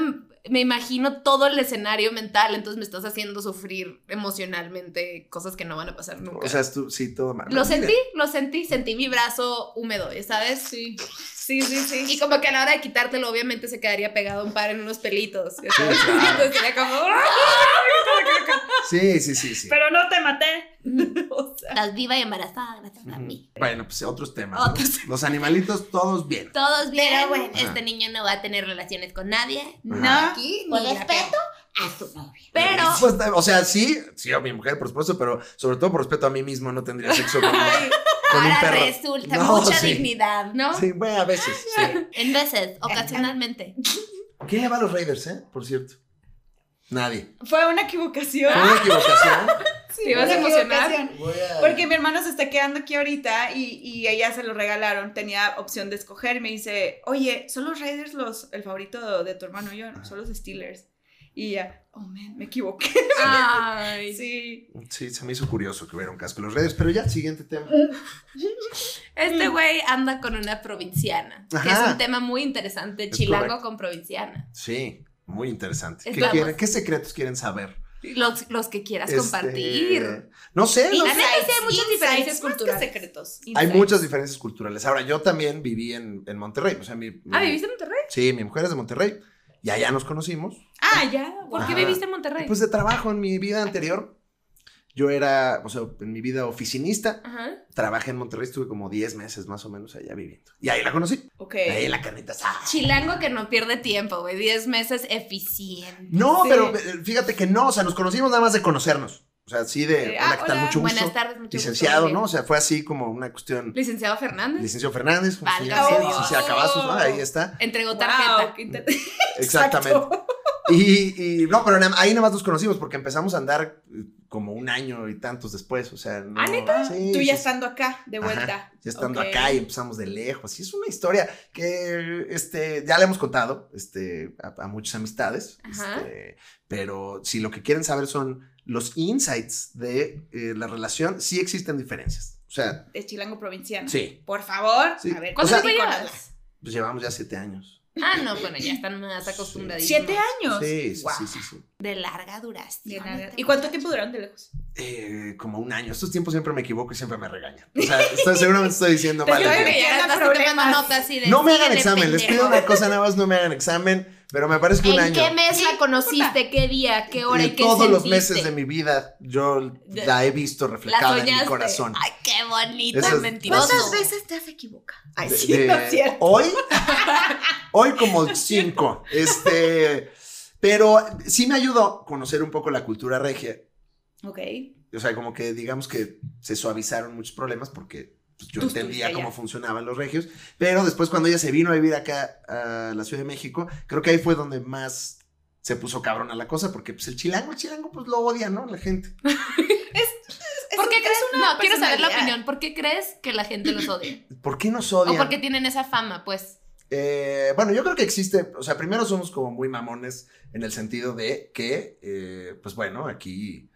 [SPEAKER 1] me imagino todo el escenario mental, entonces me estás haciendo sufrir emocionalmente cosas que no van a pasar nunca.
[SPEAKER 3] O sea, es tú- sí, todo mal.
[SPEAKER 1] lo
[SPEAKER 3] Mira,
[SPEAKER 1] sentí, lo sentí, sentí mi brazo húmedo, ¿ya ¿sabes?
[SPEAKER 2] Sí. Sí, sí, sí.
[SPEAKER 1] Y como que a la hora de quitártelo, obviamente se quedaría pegado un par en unos pelitos. ¿ya
[SPEAKER 3] Sí,
[SPEAKER 1] sabes?
[SPEAKER 3] claro.
[SPEAKER 1] Entonces sería como, "Ah,
[SPEAKER 3] Sí, sí, sí, sí.
[SPEAKER 2] Pero no te maté. o sea.
[SPEAKER 1] estás viva y embarazada gracias a mí.
[SPEAKER 3] Ujú. Bueno, pues otros temas. ¿no?
[SPEAKER 1] Otros.
[SPEAKER 3] Los animalitos, todos bien.
[SPEAKER 1] Todos bien,
[SPEAKER 2] Pero bueno.
[SPEAKER 1] este niño no va a tener relaciones con nadie.
[SPEAKER 2] No.
[SPEAKER 1] Aquí,
[SPEAKER 4] Por
[SPEAKER 1] ni la
[SPEAKER 4] respeto a su novia.
[SPEAKER 1] Pero,
[SPEAKER 3] Pues, o sea, sí, sí, a mi mujer, por supuesto, pero sobre todo por respeto a mí mismo, no tendría sexo con,
[SPEAKER 2] Ay,
[SPEAKER 3] con un
[SPEAKER 1] ahora
[SPEAKER 3] perro.
[SPEAKER 1] resulta
[SPEAKER 3] No,
[SPEAKER 1] mucha
[SPEAKER 3] sí.
[SPEAKER 1] dignidad, ¿no?
[SPEAKER 3] Sí, bueno, a veces. sí.
[SPEAKER 1] En veces, ocasionalmente.
[SPEAKER 3] ¿Quién le va a los Raiders, eh? Por cierto. Nadie.
[SPEAKER 2] fue una equivocación.
[SPEAKER 3] Fue una equivocación.
[SPEAKER 2] Sí,
[SPEAKER 1] ¿Te ibas
[SPEAKER 2] una
[SPEAKER 1] a emocionar?
[SPEAKER 2] equivocación.
[SPEAKER 3] Voy a-
[SPEAKER 2] Porque mi hermano se está quedando aquí ahorita y, y ella se lo regalaron, tenía opción de escoger. Me dice, oye, ¿son los Raiders los, el favorito de, de tu hermano? Y yo, no, son los Steelers. Y ella, oh man, me equivoqué.
[SPEAKER 1] Ay.
[SPEAKER 2] Sí.
[SPEAKER 3] Sí, se me hizo curioso que hubiera un casco de los Raiders, pero ya, siguiente tema.
[SPEAKER 2] Mm.
[SPEAKER 1] Este güey anda con una provinciana, que
[SPEAKER 3] Ajá.
[SPEAKER 1] es un tema muy interesante,
[SPEAKER 3] Es
[SPEAKER 1] chilango
[SPEAKER 3] correcto.
[SPEAKER 1] con provinciana.
[SPEAKER 3] Sí, muy interesante. ¿Qué,
[SPEAKER 1] Estamos.
[SPEAKER 3] quieren- qué secretos quieren saber?
[SPEAKER 1] Los, los que quieras
[SPEAKER 3] Este,
[SPEAKER 1] compartir.
[SPEAKER 3] No sé,
[SPEAKER 1] Y
[SPEAKER 3] no
[SPEAKER 1] la neta, sí hay
[SPEAKER 2] Insights,
[SPEAKER 1] muchas diferencias
[SPEAKER 2] insights, más que
[SPEAKER 1] culturales.
[SPEAKER 2] secretos.
[SPEAKER 3] Hay
[SPEAKER 2] insights.
[SPEAKER 3] muchas diferencias culturales. Ahora, yo también viví en, en Monterrey. O sea, mi, mi-
[SPEAKER 1] Ah, ¿viviste en Monterrey?
[SPEAKER 3] Sí, mi mujer es de Monterrey. Y allá nos conocimos.
[SPEAKER 2] Ah, ya.
[SPEAKER 1] ¿Por qué
[SPEAKER 3] Ajá.
[SPEAKER 1] viviste en Monterrey?
[SPEAKER 3] Pues de trabajo en mi vida anterior. Yo era, o sea, en mi vida oficinista.
[SPEAKER 1] Ajá.
[SPEAKER 3] Trabajé en Monterrey, estuve como 10 meses más o menos allá viviendo. Y ahí la conocí.
[SPEAKER 2] Ok.
[SPEAKER 3] Ahí en la carnita asada.
[SPEAKER 1] Chilango que no pierde tiempo, güey. 10 meses eficiente.
[SPEAKER 3] No,
[SPEAKER 2] Sí.
[SPEAKER 3] pero eh, fíjate que no. O sea, nos conocimos nada más de conocernos. O sea, así de.
[SPEAKER 2] Eh,
[SPEAKER 3] hola,
[SPEAKER 2] ah,
[SPEAKER 3] ¿qué tal?
[SPEAKER 2] hola,
[SPEAKER 3] Mucho gusto.
[SPEAKER 1] Buenas tardes, mucho
[SPEAKER 3] Licenciado,
[SPEAKER 1] gusto.
[SPEAKER 3] ¿no? O sea, fue así como una cuestión.
[SPEAKER 1] Licenciado Fernández.
[SPEAKER 3] Licenciado Fernández, como se
[SPEAKER 1] Válgame
[SPEAKER 3] llama,
[SPEAKER 2] Dios.
[SPEAKER 3] licenciado Cavazos, ¿no? Ahí está.
[SPEAKER 1] Entregó
[SPEAKER 2] Wow,
[SPEAKER 1] tarjeta.
[SPEAKER 2] qué inter-
[SPEAKER 3] Exactamente. Y, y- no, pero na- ahí nada más nos conocimos porque empezamos a andar eh, como un año y tantos después, o sea, no,
[SPEAKER 1] ¿Ah, neta?
[SPEAKER 3] sí,
[SPEAKER 2] Tú ya
[SPEAKER 3] sí, sí.
[SPEAKER 2] estando acá, de
[SPEAKER 3] Ajá,
[SPEAKER 2] vuelta.
[SPEAKER 3] ya estando
[SPEAKER 2] Ok.
[SPEAKER 3] acá y empezamos de lejos. Y es una historia que este, ya le hemos contado este, a, a muchas amistades.
[SPEAKER 1] Ajá.
[SPEAKER 3] este, pero si lo que quieren saber son los insights de eh, la relación, sí existen diferencias. O sea,
[SPEAKER 2] De chilango provinciano.
[SPEAKER 3] sí.
[SPEAKER 2] Por favor.
[SPEAKER 3] Sí.
[SPEAKER 2] A ver,
[SPEAKER 1] ¿Cuánto
[SPEAKER 3] O sea-
[SPEAKER 1] tiempo
[SPEAKER 2] sí,
[SPEAKER 1] llevas?
[SPEAKER 3] Pues llevamos ya siete años.
[SPEAKER 1] Ah, no, bueno, ya están más acostumbradísimos.
[SPEAKER 2] ¿Siete años?
[SPEAKER 3] Sí, sí,
[SPEAKER 2] Wow.
[SPEAKER 3] sí, sí, sí.
[SPEAKER 1] De larga duración.
[SPEAKER 2] De nada.
[SPEAKER 1] este
[SPEAKER 2] ¿Y cuánto
[SPEAKER 1] muchacho.
[SPEAKER 2] tiempo duraron de lejos?
[SPEAKER 3] eh, como un año. Estos tiempos siempre me equivoco y siempre me regañan. O sea, estoy, seguramente estoy diciendo
[SPEAKER 2] Te
[SPEAKER 3] mal.
[SPEAKER 2] estoy
[SPEAKER 1] Yo
[SPEAKER 3] el
[SPEAKER 1] creo
[SPEAKER 2] Vale,
[SPEAKER 1] que
[SPEAKER 3] tiempo.
[SPEAKER 1] ya
[SPEAKER 2] ya
[SPEAKER 1] estás
[SPEAKER 2] problemas.
[SPEAKER 1] tomando nota así de.
[SPEAKER 3] No me hagan
[SPEAKER 1] "Síguele,
[SPEAKER 3] examen, les pido
[SPEAKER 1] pendejo".
[SPEAKER 3] una cosa nada más, no me hagan examen, pero me parece que un
[SPEAKER 1] ¿En
[SPEAKER 3] año.
[SPEAKER 1] qué mes la conociste?
[SPEAKER 2] importa.
[SPEAKER 1] ¿Qué día? ¿Qué hora?
[SPEAKER 3] Y
[SPEAKER 1] ¿Y qué
[SPEAKER 3] todos los
[SPEAKER 1] sentiste?
[SPEAKER 3] meses de mi vida yo
[SPEAKER 1] De-
[SPEAKER 3] la he visto reflejada en mi
[SPEAKER 1] soñaste.
[SPEAKER 3] corazón.
[SPEAKER 1] Ay, qué bonito
[SPEAKER 3] Eso
[SPEAKER 1] es
[SPEAKER 3] es-
[SPEAKER 1] mentiroso.
[SPEAKER 4] ¿Cuántas veces te has equivocado?
[SPEAKER 2] Ay,
[SPEAKER 3] De-
[SPEAKER 2] sí,
[SPEAKER 3] de-
[SPEAKER 2] no es cierto.
[SPEAKER 3] Hoy, hoy como cinco. Este, pero sí me ayudó conocer un poco la cultura regia.
[SPEAKER 2] Ok.
[SPEAKER 3] O sea, como que digamos que se suavizaron muchos problemas porque pues, yo
[SPEAKER 2] Tú
[SPEAKER 3] entendía
[SPEAKER 2] estuviste
[SPEAKER 3] cómo
[SPEAKER 2] allá.
[SPEAKER 3] funcionaban los regios. Pero después cuando ella se vino a vivir acá a la Ciudad de México, creo que ahí fue donde más se puso cabrón a la cosa porque pues el chilango, el chilango pues lo odia, ¿no? La gente.
[SPEAKER 1] ¿Por qué
[SPEAKER 2] Es-
[SPEAKER 1] crees?
[SPEAKER 2] es una
[SPEAKER 1] No, quiero saber la
[SPEAKER 2] personalidad.
[SPEAKER 1] opinión. ¿Por qué crees que la gente los odia?
[SPEAKER 3] ¿Por qué nos
[SPEAKER 1] ¿O
[SPEAKER 3] odian?
[SPEAKER 1] porque tienen esa fama, pues?
[SPEAKER 3] Eh, bueno, yo creo que existe, o sea, primero somos como muy mamones en el sentido de que, eh, pues bueno, aquí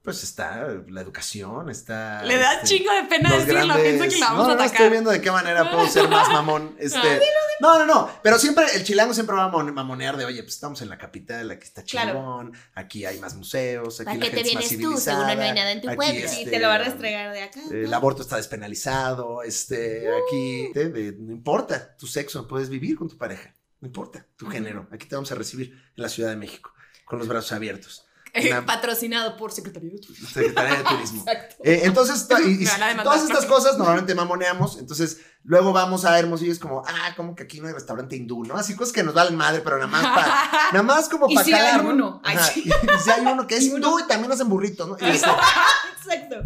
[SPEAKER 3] pues está la educación, está...
[SPEAKER 1] Le da
[SPEAKER 3] este,
[SPEAKER 1] chingo de pena
[SPEAKER 3] los
[SPEAKER 1] decirlo, piensa que la vamos
[SPEAKER 3] no,
[SPEAKER 1] a
[SPEAKER 3] no, no, estoy
[SPEAKER 1] atacar.
[SPEAKER 3] viendo de qué manera puedo ser más mamón. Este, no, no, no. Pero siempre, el chilango siempre va a mon- mamonear de, oye, pues estamos en la capital, aquí está
[SPEAKER 2] Claro.
[SPEAKER 3] chingón, aquí hay más museos, aquí
[SPEAKER 5] ¿Para
[SPEAKER 3] la
[SPEAKER 5] qué te
[SPEAKER 3] gente es más
[SPEAKER 5] vienes tú? Seguro no hay
[SPEAKER 3] civilizada,
[SPEAKER 5] nada en tu
[SPEAKER 3] aquí,
[SPEAKER 5] pueblo".
[SPEAKER 2] Sí,
[SPEAKER 3] este,
[SPEAKER 2] te lo va a restregar de acá.
[SPEAKER 3] El aborto está despenalizado, este, aquí, te- de- no importa tu sexo, puedes vivir con tu pareja, no importa tu género, aquí te vamos a recibir en la Ciudad de México, con los brazos abiertos. Una-
[SPEAKER 1] Patrocinado por Secretaría de Turismo.
[SPEAKER 3] Secretaría de Turismo.
[SPEAKER 1] Exacto.
[SPEAKER 3] Eh, entonces, ta- y- y
[SPEAKER 1] Me van a demandar.
[SPEAKER 3] todas estas cosas normalmente mamoneamos. Entonces, luego vamos a Hermosillo y es como, ah, como que aquí no hay restaurante hindú, ¿no? Así cosas que nos valen madre, pero nada más para. Nada más como
[SPEAKER 2] Y
[SPEAKER 3] para
[SPEAKER 2] si hay
[SPEAKER 3] calar, ¿no?
[SPEAKER 2] uno. Ay,
[SPEAKER 3] Ajá,
[SPEAKER 2] sí.
[SPEAKER 3] Y, y si hay uno que es hindú y también hacen burritos, ¿no? Y este,
[SPEAKER 2] Exacto.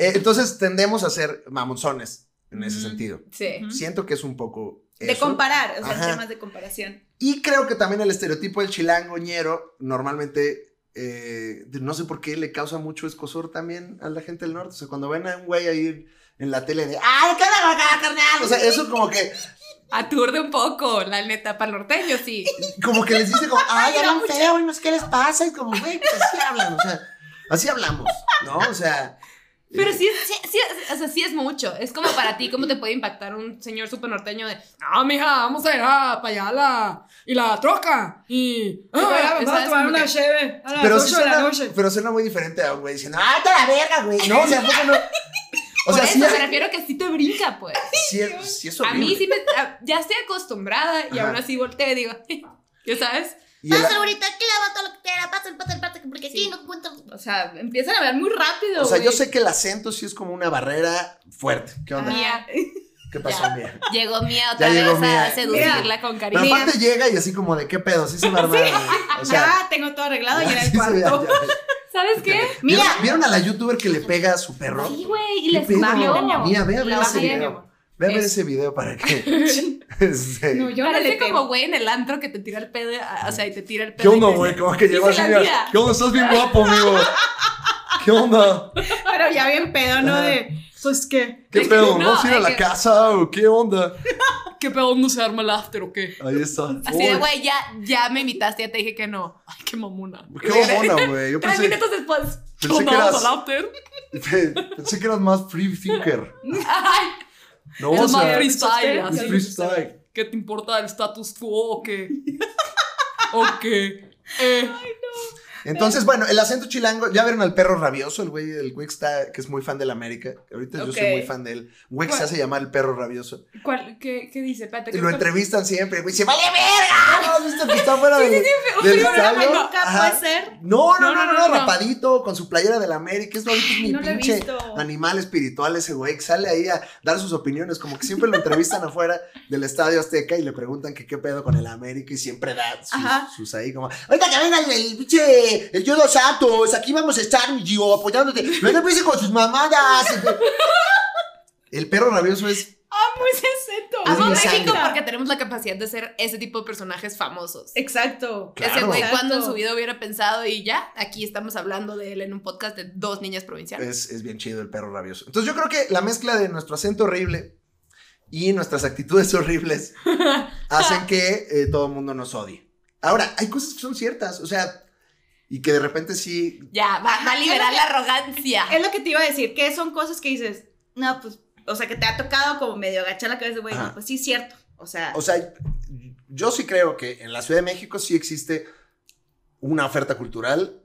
[SPEAKER 3] eh, entonces, tendemos a ser mamonzones en ese
[SPEAKER 2] Ujú.
[SPEAKER 3] sentido.
[SPEAKER 2] Sí.
[SPEAKER 3] Siento que es un poco.
[SPEAKER 2] De
[SPEAKER 3] eso.
[SPEAKER 2] comparar, o sea,
[SPEAKER 3] Ajá.
[SPEAKER 2] temas de comparación.
[SPEAKER 3] Y creo que también el estereotipo del chilangoñero normalmente, eh, de- no sé por qué, le causa mucho escosor también a la gente del norte. O sea, cuando ven a un güey ahí en la tele de, ¡ay, qué onda, acá, carnal! O sea, eso como que,
[SPEAKER 1] Aturde un poco, la neta, para norteño, sí.
[SPEAKER 3] como que les dice como, ¡ay, hablan feo! Y no sé qué les pasa. Y como, güey, pues así hablan, o sea, así hablamos, ¿no? O sea...
[SPEAKER 1] Pero
[SPEAKER 3] eh,
[SPEAKER 1] sí, es- sí, sí es- o sea, sí es mucho. Es como para ti, ¿cómo te puede impactar un señor súper norteño de, ah, mija, vamos a ir a Payala y la troca y. ah", ¿sabes? Como que-
[SPEAKER 2] cheve a
[SPEAKER 3] Pero, sí suena, pero suena muy diferente a un güey diciendo, ¡ay, te la verga, güey! No, o sea, ¿a poco no? O
[SPEAKER 1] Por
[SPEAKER 3] sea,
[SPEAKER 1] eso
[SPEAKER 3] sí,
[SPEAKER 1] me refiero que sí te brinca, pues.
[SPEAKER 3] sí es, sí es
[SPEAKER 1] A mí
[SPEAKER 3] horrible.
[SPEAKER 1] sí me. a- ya estoy acostumbrada y
[SPEAKER 3] Ajá.
[SPEAKER 1] aún así volteo y digo, ¿qué sabes?
[SPEAKER 3] Y el-
[SPEAKER 4] Pasa ahorita, clava todo lo que te hará, pasa, pasa, pasa, porque aquí no encuentro.
[SPEAKER 2] O sea, empiezan a hablar muy rápido.
[SPEAKER 3] O sea, yo
[SPEAKER 2] güey.
[SPEAKER 3] sé que el acento sí es como una barrera fuerte. ¿Qué onda?
[SPEAKER 1] Mía. Ah,
[SPEAKER 3] ¿Qué pasó, mía?
[SPEAKER 5] Llegó Mía otra
[SPEAKER 3] llegó
[SPEAKER 5] vez
[SPEAKER 3] Mía.
[SPEAKER 5] a seducirla.
[SPEAKER 1] Irla con
[SPEAKER 3] Pero
[SPEAKER 1] cariño.
[SPEAKER 3] aparte llega y así como de qué pedo, sí se va a armar. güey. O sea,
[SPEAKER 2] ya Ah, tengo todo arreglado y en el
[SPEAKER 3] sí se ve,
[SPEAKER 2] cuarto.
[SPEAKER 3] ya, ya.
[SPEAKER 1] ¿Sabes qué?
[SPEAKER 3] ¿Vieron,
[SPEAKER 2] Mira.
[SPEAKER 3] ¿Vieron a la youtuber que le pega a su perro?
[SPEAKER 1] Sí, güey, y
[SPEAKER 3] ¿Qué
[SPEAKER 1] les
[SPEAKER 3] pedo?
[SPEAKER 1] valió.
[SPEAKER 3] Mía, ve a ver
[SPEAKER 1] La
[SPEAKER 3] ese
[SPEAKER 1] valió.
[SPEAKER 3] video. Ve a ver
[SPEAKER 2] Es-
[SPEAKER 3] ese video para que. Este,
[SPEAKER 2] No, yo no le
[SPEAKER 1] Parece
[SPEAKER 2] pego.
[SPEAKER 1] como güey en el antro que te tira el pedo, a- o sea, y te tira el
[SPEAKER 3] ¿Qué
[SPEAKER 1] pedo.
[SPEAKER 3] onda,
[SPEAKER 1] y te-
[SPEAKER 3] güey? Como que llegó
[SPEAKER 1] Y
[SPEAKER 3] así.
[SPEAKER 1] se la
[SPEAKER 3] mira,
[SPEAKER 1] tira.
[SPEAKER 3] ¿Qué onda? Estás bien guapo, amigo. ¿Qué onda?
[SPEAKER 2] Pero ya bien pedo, ¿no? De, pues qué.
[SPEAKER 3] ¿Qué
[SPEAKER 1] Es que no,
[SPEAKER 3] pedo? ¿Vamos a ir a
[SPEAKER 1] es
[SPEAKER 3] la
[SPEAKER 1] que-
[SPEAKER 3] casa o qué onda?
[SPEAKER 1] ¿Qué pedo no se arma el after o qué?
[SPEAKER 3] Ahí está.
[SPEAKER 1] Así de,
[SPEAKER 3] Uy,
[SPEAKER 1] güey, ya, ya me invitaste, ya te dije que no. Ay, qué mamona.
[SPEAKER 3] Qué mamona, güey. Yo
[SPEAKER 1] Tres
[SPEAKER 3] pensé,
[SPEAKER 1] minutos después.
[SPEAKER 3] pensé
[SPEAKER 1] ¿Cómo
[SPEAKER 3] que
[SPEAKER 1] vamos
[SPEAKER 3] eras-
[SPEAKER 1] al after?
[SPEAKER 3] pensé que eras más free thinker.
[SPEAKER 1] Ay,
[SPEAKER 3] No,
[SPEAKER 1] es
[SPEAKER 3] o
[SPEAKER 1] más
[SPEAKER 3] sea,
[SPEAKER 1] Ah, freestyle.
[SPEAKER 2] es
[SPEAKER 1] así.
[SPEAKER 3] es freestyle.
[SPEAKER 1] ¿Qué te importa el status quo o qué? ¿O qué? Eh,
[SPEAKER 3] Entonces, bueno, el acento chilango, ya vieron al perro rabioso, el güey, el güey que está, que es muy fan del América. Ahorita yo soy
[SPEAKER 2] Ok.
[SPEAKER 3] muy fan de él. Un Güey que se
[SPEAKER 1] Bueno.
[SPEAKER 3] hace llamar el perro rabioso.
[SPEAKER 1] ¿cuál- qué, qué dice? Espérate,
[SPEAKER 3] Y
[SPEAKER 1] creo
[SPEAKER 3] lo
[SPEAKER 1] que-
[SPEAKER 3] entrevistan siempre, güey, se vale verga. ¿No has visto que está fuera del, del
[SPEAKER 1] pero era
[SPEAKER 3] estadio?
[SPEAKER 2] Nunca
[SPEAKER 3] Ajá.
[SPEAKER 2] puede ser.
[SPEAKER 3] No, no, no, no,
[SPEAKER 1] No, no,
[SPEAKER 3] no,
[SPEAKER 1] no, no.
[SPEAKER 3] rapadito, con su playera del América. Es, ahorita es mi
[SPEAKER 2] no lo he
[SPEAKER 3] pinche
[SPEAKER 2] visto.
[SPEAKER 3] animal espiritual ese güey que sale ahí a dar sus opiniones. Como que siempre lo entrevistan afuera del Estadio Azteca y le preguntan que qué pedo con el América y siempre da sus,
[SPEAKER 2] Ajá.
[SPEAKER 3] sus ahí como, ahorita que venga el- el pinche, el Yodo Santos, aquí vamos a estar, mi Gio, apoyándote. No te empieces con sus mamadas. El perro rabioso es,
[SPEAKER 2] Amo ese acento.
[SPEAKER 3] Es
[SPEAKER 1] Amo
[SPEAKER 3] mi
[SPEAKER 1] México
[SPEAKER 2] sangre.
[SPEAKER 1] porque tenemos la capacidad de ser ese tipo de personajes famosos.
[SPEAKER 2] Exacto.
[SPEAKER 3] claro,
[SPEAKER 1] Ese güey
[SPEAKER 2] Exacto.
[SPEAKER 1] cuando en su vida hubiera pensado y ya, aquí estamos hablando de él en un podcast de dos niñas provinciales.
[SPEAKER 3] es, es bien chido el perro rabioso. Entonces yo creo que la mezcla de nuestro acento horrible y nuestras actitudes horribles hacen que eh, todo el mundo nos odie. Ahora, hay cosas que son ciertas, o sea, y que de repente sí,
[SPEAKER 1] Ya, va, va a liberar la arrogancia.
[SPEAKER 2] Es lo que te iba a decir, que son cosas que dices, no, pues, o sea, que te ha tocado como medio agachar la cabeza, güey,
[SPEAKER 3] Ajá.
[SPEAKER 2] no, pues sí, es cierto. O sea,
[SPEAKER 3] O sea, yo sí creo que en la Ciudad de México sí existe una oferta cultural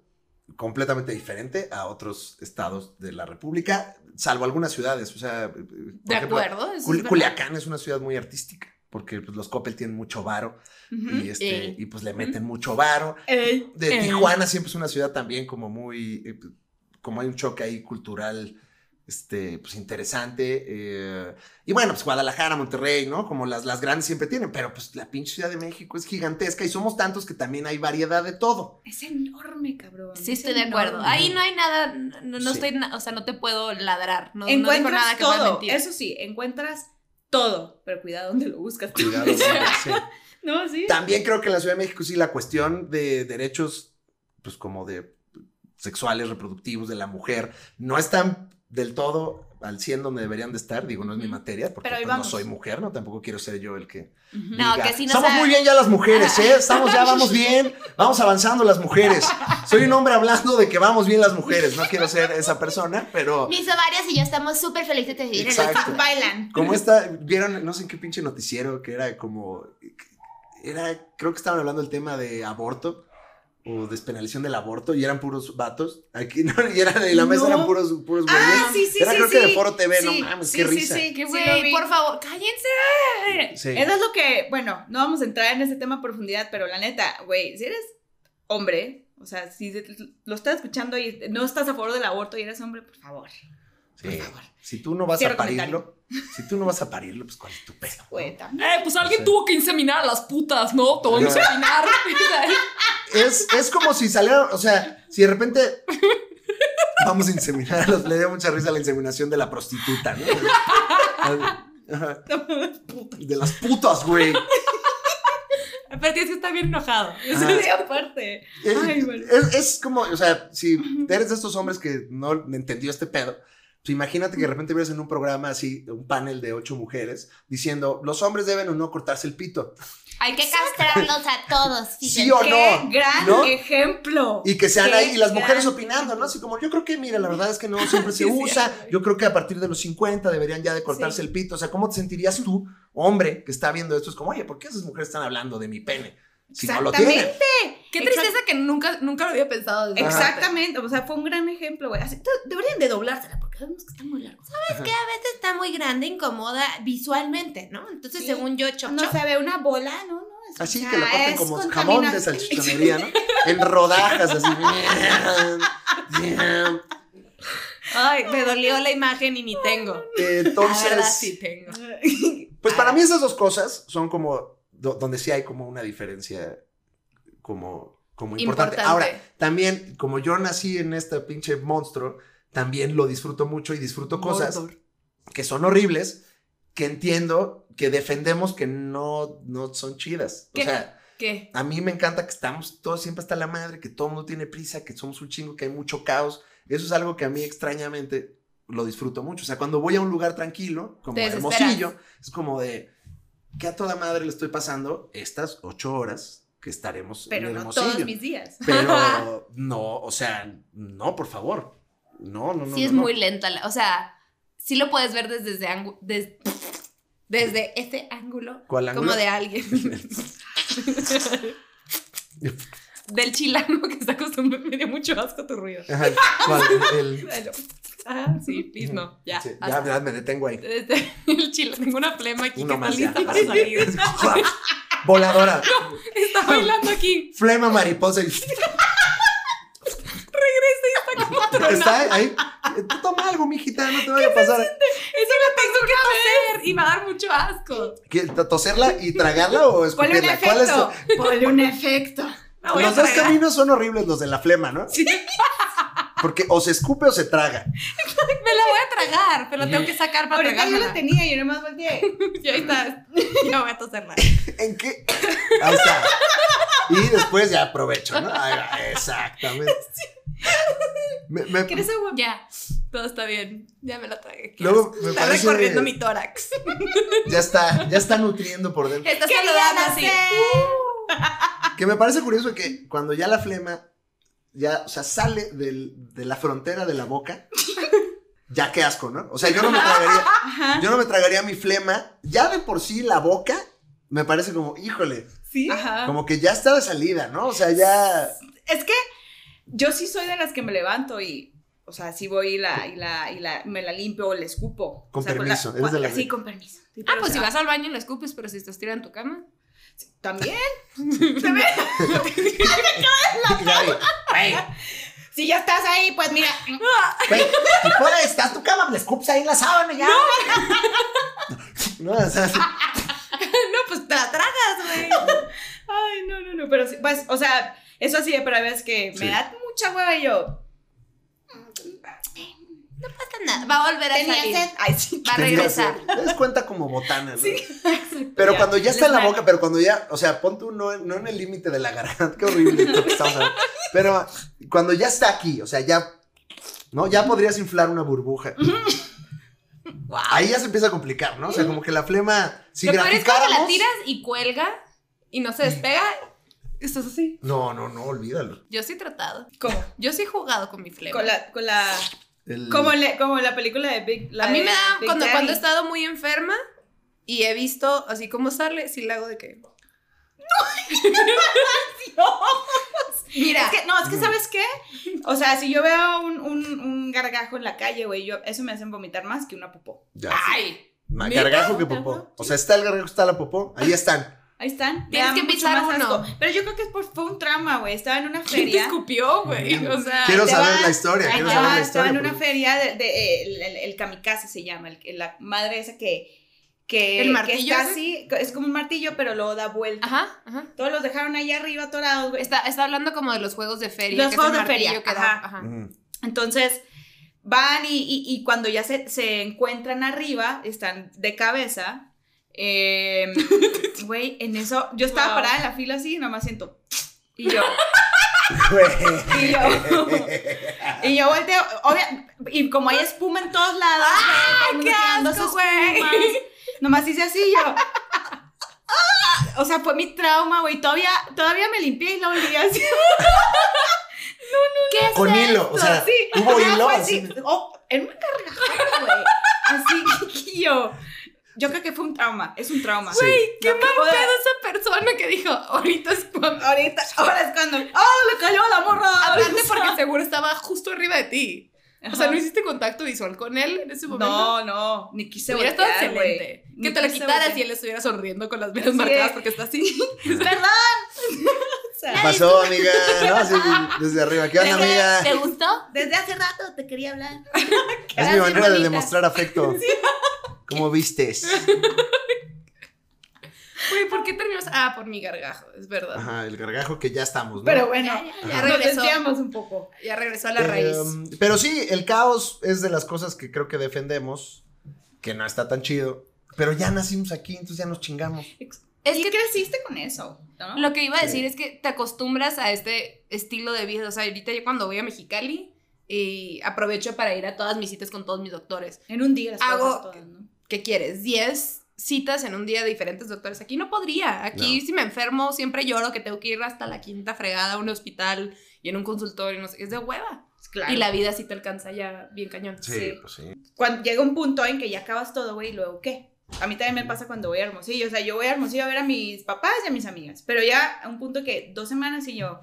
[SPEAKER 3] completamente diferente a otros estados de la República, salvo algunas ciudades. O sea, por
[SPEAKER 1] De
[SPEAKER 3] ejemplo,
[SPEAKER 1] acuerdo. eso es
[SPEAKER 3] Cul-
[SPEAKER 1] verdad.
[SPEAKER 3] Culiacán es una ciudad muy artística, porque pues, los Coppel tienen mucho varo
[SPEAKER 1] Ujú.
[SPEAKER 3] y, este,
[SPEAKER 1] Eh,
[SPEAKER 3] y pues le meten mucho varo.
[SPEAKER 2] ey,
[SPEAKER 3] De
[SPEAKER 1] Eh.
[SPEAKER 3] Tijuana siempre es una ciudad también como muy, eh, como hay un choque ahí cultural, este, pues interesante. eh, y bueno, pues Guadalajara, Monterrey, ¿no? Como las, las grandes siempre tienen, pero pues la pinche Ciudad de México es gigantesca y somos tantos que también hay variedad de todo.
[SPEAKER 2] es enorme, cabrón.
[SPEAKER 1] Sí,
[SPEAKER 2] es
[SPEAKER 1] estoy de acuerdo. Ah,
[SPEAKER 2] enorme.
[SPEAKER 1] Ahí no hay nada, no, no
[SPEAKER 3] Sí.
[SPEAKER 1] estoy, na- o sea, no te puedo ladrar. No, no digo
[SPEAKER 2] encuentras
[SPEAKER 1] nada que pueda
[SPEAKER 2] todo,
[SPEAKER 1] mentir.
[SPEAKER 2] eso sí, encuentras todo, pero cuidado donde lo buscas.
[SPEAKER 3] Cuidado, sí.
[SPEAKER 2] No, sí.
[SPEAKER 3] También creo que en la Ciudad de México sí la cuestión de derechos, pues como de sexuales, reproductivos de la mujer, no es tan del todo al 100 donde deberían de estar. Digo, no es mi materia, porque
[SPEAKER 2] Pero ahí
[SPEAKER 3] pues, no
[SPEAKER 2] vamos.
[SPEAKER 3] soy mujer, no tampoco quiero ser yo el que.
[SPEAKER 1] No,
[SPEAKER 3] diga,
[SPEAKER 1] que si no
[SPEAKER 3] Estamos
[SPEAKER 1] sabe-
[SPEAKER 3] muy bien ya las mujeres, ¿eh? Estamos ya, vamos bien, vamos avanzando las mujeres. Soy un hombre hablando de que vamos bien las mujeres, no quiero ser esa persona, pero
[SPEAKER 1] Mis ovarios y yo estamos súper felices de vivir en el
[SPEAKER 3] Exacto.
[SPEAKER 2] Bailan.
[SPEAKER 3] como esta, vieron, no sé en qué pinche noticiero, que era como, era, creo que estaban hablando del tema de aborto o despenalización del aborto y eran puros vatos. Aquí no, y eran, en la mesa
[SPEAKER 2] No.
[SPEAKER 3] eran puros, puros güeyes.
[SPEAKER 2] Ah, sí, sí,
[SPEAKER 3] Era
[SPEAKER 2] sí.
[SPEAKER 3] creo
[SPEAKER 2] sí.
[SPEAKER 3] que de Foro TV, no
[SPEAKER 2] Sí,
[SPEAKER 3] mames,
[SPEAKER 2] sí,
[SPEAKER 3] qué
[SPEAKER 2] sí,
[SPEAKER 3] risa.
[SPEAKER 2] Sí,
[SPEAKER 6] Qué
[SPEAKER 2] sí,
[SPEAKER 6] güey,
[SPEAKER 2] lo vi.
[SPEAKER 6] por favor, cállense.
[SPEAKER 3] Sí.
[SPEAKER 2] Eso es lo que, bueno, no vamos a entrar en ese tema a profundidad, pero la neta, güey, si eres hombre, o sea, si te- lo estás escuchando y no estás a favor del aborto y eres hombre, por favor,
[SPEAKER 3] Sí.
[SPEAKER 2] por favor.
[SPEAKER 3] Si tú no vas
[SPEAKER 2] Cierro
[SPEAKER 3] a parirlo, si tú no vas a parirlo, pues cuál es tu pedo. ¿no?
[SPEAKER 2] Güey, también.
[SPEAKER 6] Eh, pues alguien
[SPEAKER 3] Sí.
[SPEAKER 6] tuvo que inseminar a las putas, ¿no? Todo
[SPEAKER 3] No.
[SPEAKER 6] inseminar.
[SPEAKER 3] Es, es como si salieran, o sea, si de repente vamos a inseminar a los, le dio mucha risa la inseminación de la prostituta, ¿no? Ajá. De las putas, güey.
[SPEAKER 6] Pero tienes que estar bien enojado.
[SPEAKER 3] Ajá.
[SPEAKER 2] Sí, aparte.
[SPEAKER 3] Eh,
[SPEAKER 2] Ay, bueno.
[SPEAKER 3] Es, es como, o sea, si eres de estos hombres que no entendió este pedo, pues imagínate que de repente vieras en un programa así, un panel de ocho mujeres, diciendo, los hombres deben o no cortarse el pito.
[SPEAKER 1] Hay que castrarlos a todos.
[SPEAKER 3] Sí o
[SPEAKER 2] ¡Qué
[SPEAKER 3] no.
[SPEAKER 2] gran
[SPEAKER 3] ¿No?
[SPEAKER 2] ejemplo!
[SPEAKER 3] Y que sean
[SPEAKER 2] Qué
[SPEAKER 3] ahí, y las mujeres
[SPEAKER 2] gran-
[SPEAKER 3] opinando, ¿no? Así como, yo creo que, mira, la verdad es que no siempre
[SPEAKER 2] Sí,
[SPEAKER 3] se
[SPEAKER 2] sí.
[SPEAKER 3] usa, yo creo que a partir de los 50 deberían ya de cortarse el pito, o sea, ¿cómo te sentirías tú, hombre, que está viendo esto? Es como, oye, ¿por qué esas mujeres están hablando de mi pene? Si no lo tienen.
[SPEAKER 2] Exactamente.
[SPEAKER 6] Qué tristeza que nunca, nunca lo había pensado. desde esa parte.
[SPEAKER 2] Exactamente, o sea, fue un gran ejemplo, güey. Así, te- Deberían de doblársela porque vemos que está muy largo.
[SPEAKER 1] está muy grande, incomoda visualmente, ¿no? Entonces,
[SPEAKER 2] Sí.
[SPEAKER 1] según yo, chop,
[SPEAKER 2] No
[SPEAKER 1] chop.
[SPEAKER 2] se ve una bola, no, no. es-
[SPEAKER 3] Así
[SPEAKER 2] o
[SPEAKER 3] que lo
[SPEAKER 2] sea,
[SPEAKER 3] corten
[SPEAKER 2] es
[SPEAKER 3] como jamón de
[SPEAKER 2] contaminante.
[SPEAKER 3] salchichonería, ¿no? En rodajas, así.
[SPEAKER 6] Ay, me dolió la imagen y ni tengo. La verdad, sí
[SPEAKER 3] Entonces,
[SPEAKER 6] tengo.
[SPEAKER 3] pues para mí esas dos cosas son como do- donde sí hay como una diferencia como, como importante. Ahora, también, como yo nací en este pinche monstruo, también lo disfruto mucho y disfruto cosas
[SPEAKER 6] Mordor.
[SPEAKER 3] que son horribles, que entiendo, que defendemos que no, no son chidas. O
[SPEAKER 6] ¿Qué?
[SPEAKER 3] sea,
[SPEAKER 6] ¿Qué?
[SPEAKER 3] A mí me encanta que estamos todos siempre hasta la madre, que todo el mundo tiene prisa, que somos un chingo, que hay mucho caos. Eso es algo que a mí extrañamente lo disfruto mucho. O sea, cuando voy a un lugar tranquilo, como
[SPEAKER 6] Te desesperas.
[SPEAKER 3] Hermosillo, es como de que a toda madre le estoy pasando estas ocho horas que estaremos
[SPEAKER 2] Pero
[SPEAKER 3] en
[SPEAKER 2] no
[SPEAKER 3] Hermosillo.
[SPEAKER 2] todos mis días.
[SPEAKER 3] Pero no, o sea, no, por favor. No, no, no.
[SPEAKER 1] sí
[SPEAKER 3] no,
[SPEAKER 1] es
[SPEAKER 3] no.
[SPEAKER 1] muy lenta. la- o sea, sí lo puedes ver desde, ese ángu- des- desde este ángulo.
[SPEAKER 3] ¿Cuál ángulo?
[SPEAKER 1] Como de alguien. Del chilano que está acostumbrado. Me dio mucho asco tu ruido.
[SPEAKER 3] Ajá, ¿cuál? El-
[SPEAKER 6] Ah, sí, please, no. Ya.
[SPEAKER 3] Sí, ya,
[SPEAKER 6] hasta-
[SPEAKER 3] ya me detengo ahí.
[SPEAKER 6] Este, el chile, tengo una flema aquí
[SPEAKER 3] Uno
[SPEAKER 6] que está
[SPEAKER 3] más, ya.
[SPEAKER 6] lista para salir.
[SPEAKER 3] Voladora.
[SPEAKER 6] Está bailando aquí.
[SPEAKER 3] Flema mariposa. y- Está ahí. Eh, Tú toma algo, mijita, no te vaya a pasar.
[SPEAKER 6] Eso lo tengo que hacer y me va a dar mucho asco.
[SPEAKER 3] ¿Qué, to- ¿Toserla y tragarla o
[SPEAKER 2] Ponle un
[SPEAKER 3] escupirla? ¿Cuál es?
[SPEAKER 2] efecto. Ponle un efecto.
[SPEAKER 6] Me voy a
[SPEAKER 3] Los dos
[SPEAKER 6] tragar.
[SPEAKER 3] caminos son horribles, los de la flema, ¿no? Porque o se escupe o se traga.
[SPEAKER 6] Me la voy a tragar, pero la tengo que sacar para
[SPEAKER 2] Ahorita yo
[SPEAKER 6] tragarla.
[SPEAKER 2] la tenía y yo nomás volteé.
[SPEAKER 6] Y ahí está. Ya voy a toserla.
[SPEAKER 3] ¿En qué? Ahí está. Y después ya aprovecho, ¿no? Ahí va, Exactamente. Me- me-
[SPEAKER 6] ¿Quieres agua?
[SPEAKER 1] Ya.
[SPEAKER 6] Todo está bien. Ya me la tragué. Qué
[SPEAKER 3] luego
[SPEAKER 6] asco.
[SPEAKER 3] me
[SPEAKER 6] está
[SPEAKER 3] parece.
[SPEAKER 6] recorriendo mi tórax.
[SPEAKER 3] Ya está, ya está nutriendo por dentro.
[SPEAKER 6] Está
[SPEAKER 1] Quería
[SPEAKER 6] saludando así.
[SPEAKER 3] Que me parece curioso que cuando ya la flema ya, o sea, sale del- de la frontera de la boca, ya qué asco, ¿no? O sea, yo no me tragaría,
[SPEAKER 2] Ajá.
[SPEAKER 3] yo no me tragaría mi flema, ya de por sí la boca me parece como, híjole,
[SPEAKER 2] Sí. Ajá.
[SPEAKER 3] como que ya está de salida, ¿no? O sea, ya
[SPEAKER 2] Es que yo sí soy de las que me levanto y. O sea, sí voy y la, y la, y la, me la limpio o la escupo.
[SPEAKER 3] Con
[SPEAKER 2] O sea,
[SPEAKER 3] permiso,
[SPEAKER 2] la-
[SPEAKER 3] eres de las
[SPEAKER 2] Sí,
[SPEAKER 3] de-
[SPEAKER 2] con permiso. Sí,
[SPEAKER 6] Ah,
[SPEAKER 2] pero,
[SPEAKER 6] pues
[SPEAKER 2] o
[SPEAKER 6] si
[SPEAKER 2] sea,
[SPEAKER 6] vas al baño lo escupes, pero si estás tirada en tu cama.
[SPEAKER 2] También.
[SPEAKER 3] Gaby, güey,
[SPEAKER 2] Si ya estás ahí, pues mira.
[SPEAKER 3] güey, y por ahí está tu cama, le escupes ahí en la sábana ya. No, o sea, sí,
[SPEAKER 6] No, pues te la tragas, güey.
[SPEAKER 2] Ay, no, no, no. Pero sí, pues, o sea, eso sí, pero a veces que me
[SPEAKER 3] Sí.
[SPEAKER 2] da mucha hueva y yo.
[SPEAKER 1] No pasa nada. Va a volver a
[SPEAKER 2] Tenía
[SPEAKER 1] salir.
[SPEAKER 2] sed. Ay, sí.
[SPEAKER 1] Va a
[SPEAKER 3] tendría que
[SPEAKER 1] regresar.
[SPEAKER 3] ser. Te das cuenta como botana, ¿no? Pero
[SPEAKER 2] Pero
[SPEAKER 3] cuando ya está en la
[SPEAKER 6] Les-
[SPEAKER 3] boca, pero cuando ya, o sea, pon tú no, no en el límite de la garganta, qué horrible esto que estamos hablando. Pero cuando ya está aquí, o sea, ya ¿no? Ya podrías inflar una burbuja.
[SPEAKER 7] Wow.
[SPEAKER 3] Ahí ya se empieza a complicar, ¿no? O sea, como que la flema, si
[SPEAKER 1] Lo peor es cuando la
[SPEAKER 3] graficáramos...
[SPEAKER 1] tiras y cuelga y no se despega. Estás así.
[SPEAKER 3] No, no, no, olvídalo.
[SPEAKER 7] Yo sí he tratado.
[SPEAKER 2] ¿Cómo?
[SPEAKER 7] Yo sí he jugado con mi flema.
[SPEAKER 2] Con la, con la,
[SPEAKER 3] El-
[SPEAKER 2] como, le- como la película de Big. la
[SPEAKER 7] a mí
[SPEAKER 2] de
[SPEAKER 7] me da
[SPEAKER 2] Big
[SPEAKER 7] cuando,
[SPEAKER 2] Daddy.
[SPEAKER 7] cuando he estado muy enferma y he visto así como sale, sí le hago de que. Mira,
[SPEAKER 2] Es que, no, es que ¿sabes qué? O sea, si yo veo un, un, un gargajo en la calle, güey, yo, eso me hacen vomitar más que una popó.
[SPEAKER 3] Ya, sí.
[SPEAKER 7] ay,
[SPEAKER 3] Más
[SPEAKER 7] ¿neta?
[SPEAKER 3] Gargajo que popó. O sea, está el gargajo, está la popó. Ahí están.
[SPEAKER 2] Ahí están. me
[SPEAKER 1] Tienes
[SPEAKER 2] da
[SPEAKER 1] que
[SPEAKER 2] mucho
[SPEAKER 1] pisar
[SPEAKER 2] más
[SPEAKER 1] uno.
[SPEAKER 2] asco. Pero yo creo que es por, fue un trauma, güey. Estaba en una
[SPEAKER 1] ¿Quién te
[SPEAKER 2] feria.
[SPEAKER 1] escupió, güey? O sea,
[SPEAKER 3] Quiero
[SPEAKER 2] te
[SPEAKER 3] saber
[SPEAKER 2] vas,
[SPEAKER 3] la historia,
[SPEAKER 2] ahí
[SPEAKER 3] quiero
[SPEAKER 2] te
[SPEAKER 3] saber
[SPEAKER 2] vas,
[SPEAKER 3] la
[SPEAKER 2] Estaba
[SPEAKER 3] historia. pues.
[SPEAKER 2] en una
[SPEAKER 3] porque-
[SPEAKER 2] feria de, de- el, el- el kamikaze se llama, el- la madre esa que. que
[SPEAKER 7] ¿El
[SPEAKER 2] que
[SPEAKER 7] martillo
[SPEAKER 2] está
[SPEAKER 7] ese?
[SPEAKER 2] así, es como un martillo, pero luego da vuelta.
[SPEAKER 7] ajá, ajá.
[SPEAKER 2] Todos los dejaron ahí arriba atorados, güey.
[SPEAKER 7] Está, está hablando como de los juegos de feria.
[SPEAKER 2] Los
[SPEAKER 7] que es
[SPEAKER 2] juegos
[SPEAKER 7] el
[SPEAKER 2] de feria,
[SPEAKER 7] martillo que da-
[SPEAKER 2] ajá.
[SPEAKER 7] ajá.
[SPEAKER 3] Mm.
[SPEAKER 2] Entonces van y, y- y cuando ya se, se encuentran arriba, están de cabeza. eh, Güey, en eso, yo estaba
[SPEAKER 1] Wow.
[SPEAKER 2] parada en la fila así y nada más siento. Y yo,
[SPEAKER 3] Güey.
[SPEAKER 2] y yo, y yo volteo, obvia- y como hay espuma en todos lados, güey, todo el mundo
[SPEAKER 1] ¡Ah, qué
[SPEAKER 2] tirando
[SPEAKER 1] asco,
[SPEAKER 2] sus
[SPEAKER 1] güey!
[SPEAKER 2] plumas, Nomás hice así yo. ¡Ah! O sea, fue mi trauma, güey. Todavía, todavía me limpié y lo volví así.
[SPEAKER 7] ¿Qué es
[SPEAKER 3] Con
[SPEAKER 7] esto?
[SPEAKER 3] hilo, o sea,
[SPEAKER 2] Sí,
[SPEAKER 3] hubo
[SPEAKER 2] ajá,
[SPEAKER 3] hilo
[SPEAKER 2] fue
[SPEAKER 3] así.
[SPEAKER 2] Oh, en una carcajada, güey. Así que yo. Yo creo que fue un trauma. Es un trauma.
[SPEAKER 3] Sí.
[SPEAKER 1] Güey, qué
[SPEAKER 2] No,
[SPEAKER 1] mal
[SPEAKER 2] joder.
[SPEAKER 1] pedo esa persona que dijo, ahorita es cuando.
[SPEAKER 2] Ahorita, ahora es cuando. ¡Oh, le cayó la morra!
[SPEAKER 1] Aparte porque seguro estaba justo arriba de ti. O sea, no hiciste contacto visual con él en ese momento.
[SPEAKER 2] No, no. Ni quise
[SPEAKER 1] hubiera estado
[SPEAKER 2] voltear, güey.
[SPEAKER 1] excelente.
[SPEAKER 2] Ni
[SPEAKER 1] Que te la
[SPEAKER 2] quise
[SPEAKER 1] quitaras
[SPEAKER 2] voltear.
[SPEAKER 1] y él estuviera sonriendo con las venas
[SPEAKER 2] Sí.
[SPEAKER 1] marcadas porque está así.
[SPEAKER 2] ¡Perdón! O
[SPEAKER 3] ¿Qué
[SPEAKER 2] sea,
[SPEAKER 3] pasó, amiga? No, así, desde arriba. ¿Qué onda,
[SPEAKER 7] ¿Te-
[SPEAKER 3] amiga?
[SPEAKER 7] ¿Te gustó?
[SPEAKER 4] Desde hace rato te quería hablar.
[SPEAKER 3] Es mi
[SPEAKER 7] Gracias,
[SPEAKER 3] manera de
[SPEAKER 7] bonita.
[SPEAKER 3] demostrar afecto. ¿Cómo vistes?
[SPEAKER 1] Güey, ¿por qué terminas? Ah, por mi gargajo, es verdad.
[SPEAKER 3] Ajá, el gargajo que ya estamos, ¿no?
[SPEAKER 2] pero bueno,
[SPEAKER 7] Ya, ya, ya
[SPEAKER 2] nos
[SPEAKER 7] regresó.
[SPEAKER 2] desviamos un poco.
[SPEAKER 1] Ya regresó a la raíz.
[SPEAKER 3] Eh, um, pero sí, el caos es de las cosas que creo que defendemos, que no está tan chido. Pero ya nacimos aquí, entonces ya nos chingamos.
[SPEAKER 2] Es que creciste con eso, ¿no?
[SPEAKER 1] Lo que iba a
[SPEAKER 3] Sí.
[SPEAKER 1] decir es que te acostumbras a este estilo de vida. O sea, ahorita yo cuando voy a Mexicali y aprovecho para ir a todas mis citas con todos mis doctores.
[SPEAKER 2] En un día las
[SPEAKER 1] Hago-
[SPEAKER 2] cosas todas, ¿no?
[SPEAKER 1] ¿Qué quieres? 10 citas en un día de diferentes doctores. Aquí no podría. Aquí si me enfermo siempre lloro que tengo que ir hasta la quinta fregada a un hospital y en un consultorio. No sé, es de hueva.
[SPEAKER 2] Pues Claro.
[SPEAKER 1] Y la vida sí te alcanza ya bien cañón.
[SPEAKER 2] Sí.
[SPEAKER 3] pues sí.
[SPEAKER 2] cuando llega un punto en que ya acabas todo, güey, y luego qué. A mí también me pasa cuando voy a Hermosillo, o sea, yo voy a Hermosillo a ver a mis papás y a mis amigas, pero ya a un punto que dos semanas y yo...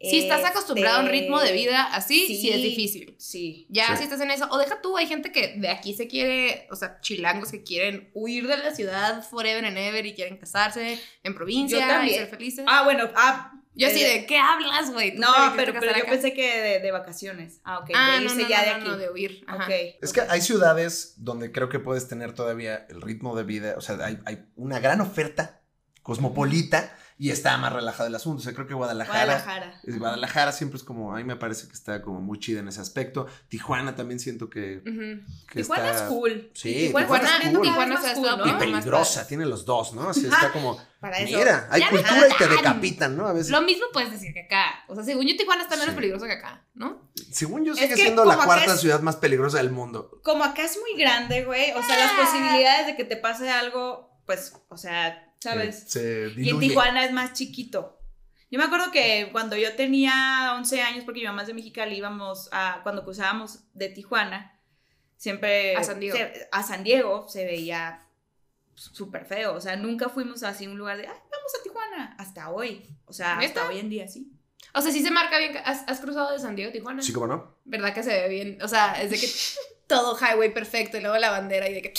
[SPEAKER 1] Si estás
[SPEAKER 2] este,
[SPEAKER 1] acostumbrado a un ritmo de vida así, sí,
[SPEAKER 2] sí.
[SPEAKER 1] es difícil.
[SPEAKER 2] Sí.
[SPEAKER 1] Ya
[SPEAKER 3] Sí.
[SPEAKER 1] si estás en eso, o deja tú, hay gente que de aquí se quiere, o sea, chilangos que quieren huir de la ciudad forever and ever y quieren casarse en provincia
[SPEAKER 2] Yo
[SPEAKER 1] y
[SPEAKER 2] también.
[SPEAKER 1] ser felices.
[SPEAKER 2] Ah, bueno, ah,
[SPEAKER 1] yo así
[SPEAKER 2] eh,
[SPEAKER 1] de, ¿qué hablas, güey? Tú
[SPEAKER 2] no,
[SPEAKER 1] te viniste a
[SPEAKER 2] pero, pero
[SPEAKER 1] casar
[SPEAKER 2] yo
[SPEAKER 1] acá.
[SPEAKER 2] pensé que de, de vacaciones. Ah, ok,
[SPEAKER 1] ah,
[SPEAKER 2] de
[SPEAKER 1] no,
[SPEAKER 2] irse
[SPEAKER 1] no,
[SPEAKER 2] ya
[SPEAKER 1] no,
[SPEAKER 2] de
[SPEAKER 1] no,
[SPEAKER 2] aquí.
[SPEAKER 1] no, de huir. Ajá.
[SPEAKER 2] Ok.
[SPEAKER 3] Es que hay ciudades donde creo que puedes tener todavía el ritmo de vida, o sea, hay, hay una gran oferta cosmopolita y está más relajado el asunto. O sea, creo que Guadalajara
[SPEAKER 2] Guadalajara.
[SPEAKER 3] Es Guadalajara siempre es como, a mí me parece que está como muy chida en ese aspecto. Tijuana también siento que,
[SPEAKER 1] Ujú.
[SPEAKER 3] que
[SPEAKER 2] Tijuana
[SPEAKER 3] está...
[SPEAKER 2] es cool.
[SPEAKER 3] Sí,
[SPEAKER 2] Tijuana,
[SPEAKER 3] Tijuana
[SPEAKER 1] Tijuana,
[SPEAKER 3] es cool.
[SPEAKER 1] Tijuana
[SPEAKER 2] Cada
[SPEAKER 1] se ha
[SPEAKER 2] vez más
[SPEAKER 1] estado
[SPEAKER 2] cool, ¿no?
[SPEAKER 3] Y
[SPEAKER 1] poniendo más
[SPEAKER 3] peligrosa,
[SPEAKER 1] padre.
[SPEAKER 3] tiene los dos, ¿no? Así está como,
[SPEAKER 2] Para eso.
[SPEAKER 3] mira, hay
[SPEAKER 1] Ya me
[SPEAKER 3] cultura y te
[SPEAKER 1] mataron.
[SPEAKER 3] decapitan, ¿no? A veces,
[SPEAKER 1] Lo mismo puedes decir que acá. O sea, según yo, Tijuana está menos
[SPEAKER 3] Sí.
[SPEAKER 1] peligroso que acá, ¿no?
[SPEAKER 3] según yo,
[SPEAKER 2] Es
[SPEAKER 3] sigue
[SPEAKER 2] que
[SPEAKER 3] siendo la
[SPEAKER 2] como acá
[SPEAKER 3] cuarta
[SPEAKER 2] es-
[SPEAKER 3] ciudad más peligrosa del mundo.
[SPEAKER 2] Como acá es muy grande, güey, o sea, las
[SPEAKER 1] Ah.
[SPEAKER 2] posibilidades de que te pase algo, pues, o sea, ¿sabes?
[SPEAKER 3] Eh, Se diluye.
[SPEAKER 2] Y en Tijuana es más chiquito. Yo me acuerdo que cuando yo tenía 11 años, porque mi mamá es de Mexicali, íbamos a, cuando cruzábamos de Tijuana, siempre...
[SPEAKER 1] A San Diego.
[SPEAKER 2] se- a San Diego se veía súper feo, o sea, nunca fuimos así a un lugar de, ay, vamos a Tijuana, hasta hoy, o sea,
[SPEAKER 1] ¿Neta?
[SPEAKER 2] hasta hoy en día, sí.
[SPEAKER 1] O sea, sí se marca bien. que- ¿Has, has cruzado de San Diego a Tijuana?
[SPEAKER 3] Sí, como no.
[SPEAKER 1] ¿Verdad que se ve bien? O sea, es de que todo highway perfecto y luego la bandera y de que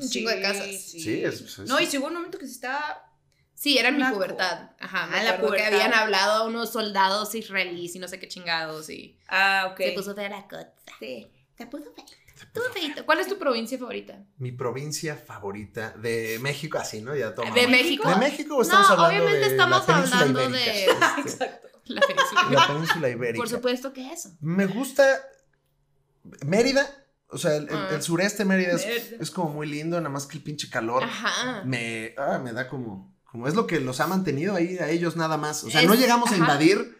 [SPEAKER 1] un chingo de casas.
[SPEAKER 2] Sí,
[SPEAKER 3] Sí, es- es-
[SPEAKER 2] No, y si hubo un momento que se estaba...
[SPEAKER 1] Sí, era en mi
[SPEAKER 2] Una
[SPEAKER 1] pubertad. Ajá, me
[SPEAKER 2] Ah, la
[SPEAKER 1] acuerdo que
[SPEAKER 2] pubertad.
[SPEAKER 1] habían hablado a unos soldados israelíes y no sé qué chingados y...
[SPEAKER 2] Ah, ok.
[SPEAKER 4] Se puso fea la cosa.
[SPEAKER 2] Sí.
[SPEAKER 4] Se puso fea. Estuvo feito.
[SPEAKER 1] ¿Cuál es tu provincia favorita?
[SPEAKER 3] Mi provincia favorita de México, así, ¿no? Ya toma.
[SPEAKER 1] ¿De México?
[SPEAKER 3] ¿De México o estamos
[SPEAKER 1] No,
[SPEAKER 3] hablando
[SPEAKER 1] obviamente
[SPEAKER 3] de
[SPEAKER 1] estamos
[SPEAKER 3] la península
[SPEAKER 1] hablando
[SPEAKER 3] ibérica? Este,
[SPEAKER 1] La península.
[SPEAKER 3] La península ibérica.
[SPEAKER 1] Por supuesto que eso.
[SPEAKER 3] Me gusta Mérida, o sea, el, el-
[SPEAKER 1] Ah.
[SPEAKER 3] el sureste de Mérida es,
[SPEAKER 2] Mérida.
[SPEAKER 3] es como muy lindo, nada más que el pinche calor
[SPEAKER 1] Ajá.
[SPEAKER 3] me, ah, me da como, como es lo que los ha mantenido ahí a ellos nada más. O sea,
[SPEAKER 1] Es-
[SPEAKER 3] no llegamos
[SPEAKER 1] ajá.
[SPEAKER 3] a invadir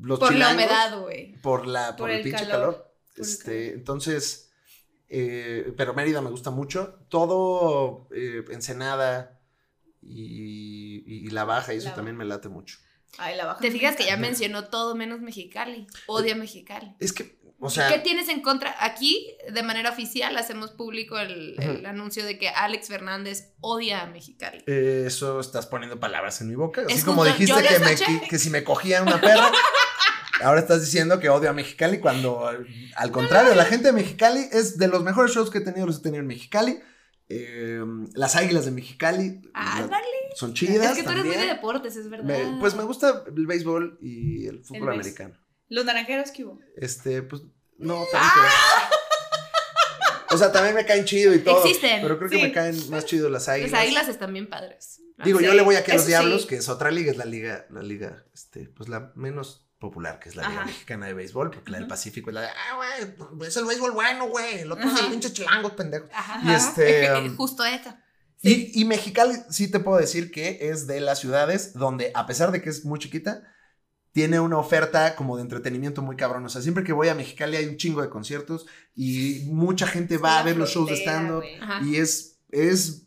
[SPEAKER 3] los
[SPEAKER 1] Por la
[SPEAKER 3] chilangos
[SPEAKER 1] humedad, güey.
[SPEAKER 3] por la por,
[SPEAKER 2] Por
[SPEAKER 3] el,
[SPEAKER 2] el
[SPEAKER 3] pinche calor.
[SPEAKER 2] calor.
[SPEAKER 3] Este, entonces, eh, pero Mérida me gusta mucho. Todo eh, Ensenada y, y- y La Baja, y eso
[SPEAKER 2] La Baja.
[SPEAKER 3] también me late mucho.
[SPEAKER 2] Ay, la baja.
[SPEAKER 1] Te fijas que ya mencionó todo menos Mexicali. Odia Mexicali.
[SPEAKER 3] Es que, o sea,
[SPEAKER 1] ¿Qué tienes en contra? Aquí, de manera oficial, hacemos público el, el
[SPEAKER 3] Ujú.
[SPEAKER 1] anuncio de que Alex Fernández odia a Mexicali.
[SPEAKER 3] eh, eso estás poniendo palabras en mi boca. Así
[SPEAKER 1] Es
[SPEAKER 3] como
[SPEAKER 1] justo, yo
[SPEAKER 3] dijiste
[SPEAKER 1] lo
[SPEAKER 3] que, me
[SPEAKER 1] escuché.
[SPEAKER 3] qui- que si me cogía una perra. Ahora estás diciendo que odio a Mexicali cuando, al- al contrario, la gente de Mexicali es de los mejores shows que he tenido, los he tenido en Mexicali. Eh, las Águilas de Mexicali la-
[SPEAKER 1] Ándale.
[SPEAKER 3] son
[SPEAKER 1] Es
[SPEAKER 3] chidas.
[SPEAKER 1] que tú eres muy
[SPEAKER 3] también.
[SPEAKER 1] de deportes, es verdad.
[SPEAKER 3] Me- pues me gusta el béisbol y el fútbol
[SPEAKER 2] béis-
[SPEAKER 3] americano.
[SPEAKER 2] Los naranjeros que hubo.
[SPEAKER 3] Este, pues, no,
[SPEAKER 2] ¡Ah!
[SPEAKER 3] tanto. O sea, también me caen chido y todo.
[SPEAKER 1] Existen.
[SPEAKER 3] Pero creo que
[SPEAKER 2] Sí.
[SPEAKER 3] me caen más chido las águilas.
[SPEAKER 1] Las águilas están bien padres.
[SPEAKER 3] Digo, yo
[SPEAKER 2] Sí,
[SPEAKER 3] le voy aquí a los
[SPEAKER 2] eso
[SPEAKER 3] Diablos,
[SPEAKER 2] sí.
[SPEAKER 3] que es otra liga, es la liga, la liga, este, pues la menos popular, que es la liga
[SPEAKER 2] Ajá.
[SPEAKER 3] mexicana de béisbol, porque la del
[SPEAKER 2] Ujú.
[SPEAKER 3] Pacífico es la de, ah, güey, es el béisbol bueno, güey, el otro es
[SPEAKER 2] Ajá.
[SPEAKER 3] el pinche chilango, pendejo.
[SPEAKER 1] Ajá.
[SPEAKER 3] Y este, um,
[SPEAKER 1] Justo esta.
[SPEAKER 3] Y, y Mexicali sí te puedo decir que es de las ciudades donde, a pesar de que es muy chiquita, tiene una oferta como de entretenimiento muy cabrón. O sea, siempre que voy a Mexicali hay un chingo de conciertos y mucha gente va a ver los shows de stand-up
[SPEAKER 1] Ajá.
[SPEAKER 3] y es, es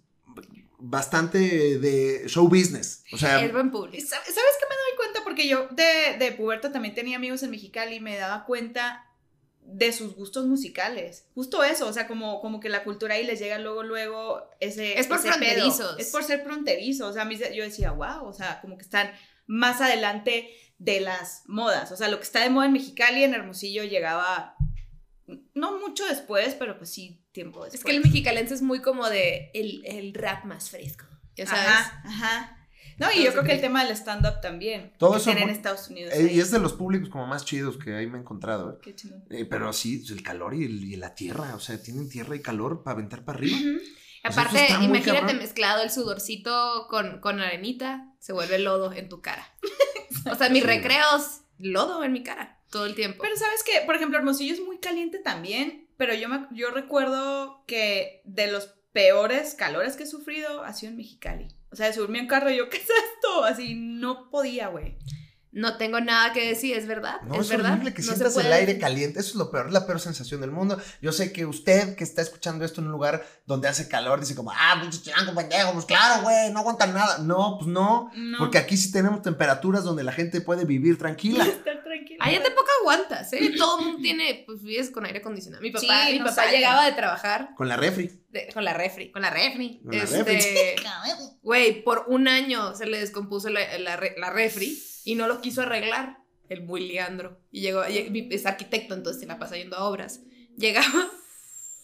[SPEAKER 3] bastante de show business. O sea,
[SPEAKER 1] Es buen público.
[SPEAKER 2] ¿Sabes qué me doy cuenta? Porque yo de, de puberta también tenía amigos en Mexicali y me daba cuenta de sus gustos musicales. Justo eso, o sea, como, como que la cultura ahí les llega luego, luego ese...
[SPEAKER 1] Es por
[SPEAKER 2] ese pedo.
[SPEAKER 1] fronterizos.
[SPEAKER 2] Es por ser fronterizos. O sea, a mí se- yo decía, wow, o sea, como que están más adelante de las modas. O sea, lo que está de moda en Mexicali, en Hermosillo, llegaba no mucho después, pero pues sí, tiempo después.
[SPEAKER 1] Es que el mexicalense es muy como de el, el rap más fresco. Ya sabes.
[SPEAKER 2] Ajá, ajá. No, y yo creo que el tema del stand-up también.
[SPEAKER 3] Todo
[SPEAKER 2] que
[SPEAKER 3] eso
[SPEAKER 2] tienen
[SPEAKER 3] mu-
[SPEAKER 2] en Estados Unidos.
[SPEAKER 3] eh,
[SPEAKER 2] ahí.
[SPEAKER 3] y es de los públicos como más chidos que ahí me he encontrado. ¿eh?
[SPEAKER 2] Qué chingón.
[SPEAKER 3] Eh, pero sí, el calor y, el- y la tierra. O sea, tienen tierra y calor para aventar para arriba. O sea, Pues eso
[SPEAKER 1] Aparte,
[SPEAKER 3] está muy
[SPEAKER 1] imagínate
[SPEAKER 3] cabrón.
[SPEAKER 1] mezclado el sudorcito con, con arenita, se vuelve lodo en tu cara. o sea, mis
[SPEAKER 3] Sí.
[SPEAKER 1] recreos, lodo en mi cara, todo el tiempo.
[SPEAKER 2] Pero sabes que, por ejemplo, Hermosillo es muy caliente también, pero yo, me, yo recuerdo que de los peores calores que he sufrido ha sido en Mexicali. O sea, de subirme a un carro y yo, ¿qué es esto? Así, no podía, güey.
[SPEAKER 1] no tengo nada que decir, es verdad.
[SPEAKER 3] No,
[SPEAKER 1] es,
[SPEAKER 3] es,
[SPEAKER 1] verdad.
[SPEAKER 3] horrible que
[SPEAKER 1] no se
[SPEAKER 3] sientas el
[SPEAKER 1] puede.
[SPEAKER 3] aire caliente. Eso es lo peor, la peor sensación del mundo. Yo sé que usted que está escuchando esto en un lugar donde hace calor dice como, ah, pinche chilango, pendejo, pues claro, güey, no aguantan nada. No, pues no,
[SPEAKER 2] No,
[SPEAKER 3] porque aquí sí tenemos temperaturas donde la gente puede vivir tranquila.
[SPEAKER 2] estar tranquila.
[SPEAKER 1] Allá tampoco aguantas, ¿eh? Todo el mundo tiene, pues vives con aire acondicionado. Mi papá,
[SPEAKER 2] Sí,
[SPEAKER 1] mi
[SPEAKER 2] no
[SPEAKER 1] papá
[SPEAKER 2] sale.
[SPEAKER 1] llegaba de trabajar
[SPEAKER 3] Con la refri.
[SPEAKER 1] de- con la refri, con la refri.
[SPEAKER 3] Con la
[SPEAKER 1] este,
[SPEAKER 4] Cabrón.
[SPEAKER 1] Güey, por un año se le descompuso la, la re- la refri y no lo quiso arreglar el muy Leandro. Y llegó, y- mi- es arquitecto, entonces se la pasa yendo a obras. Llegaba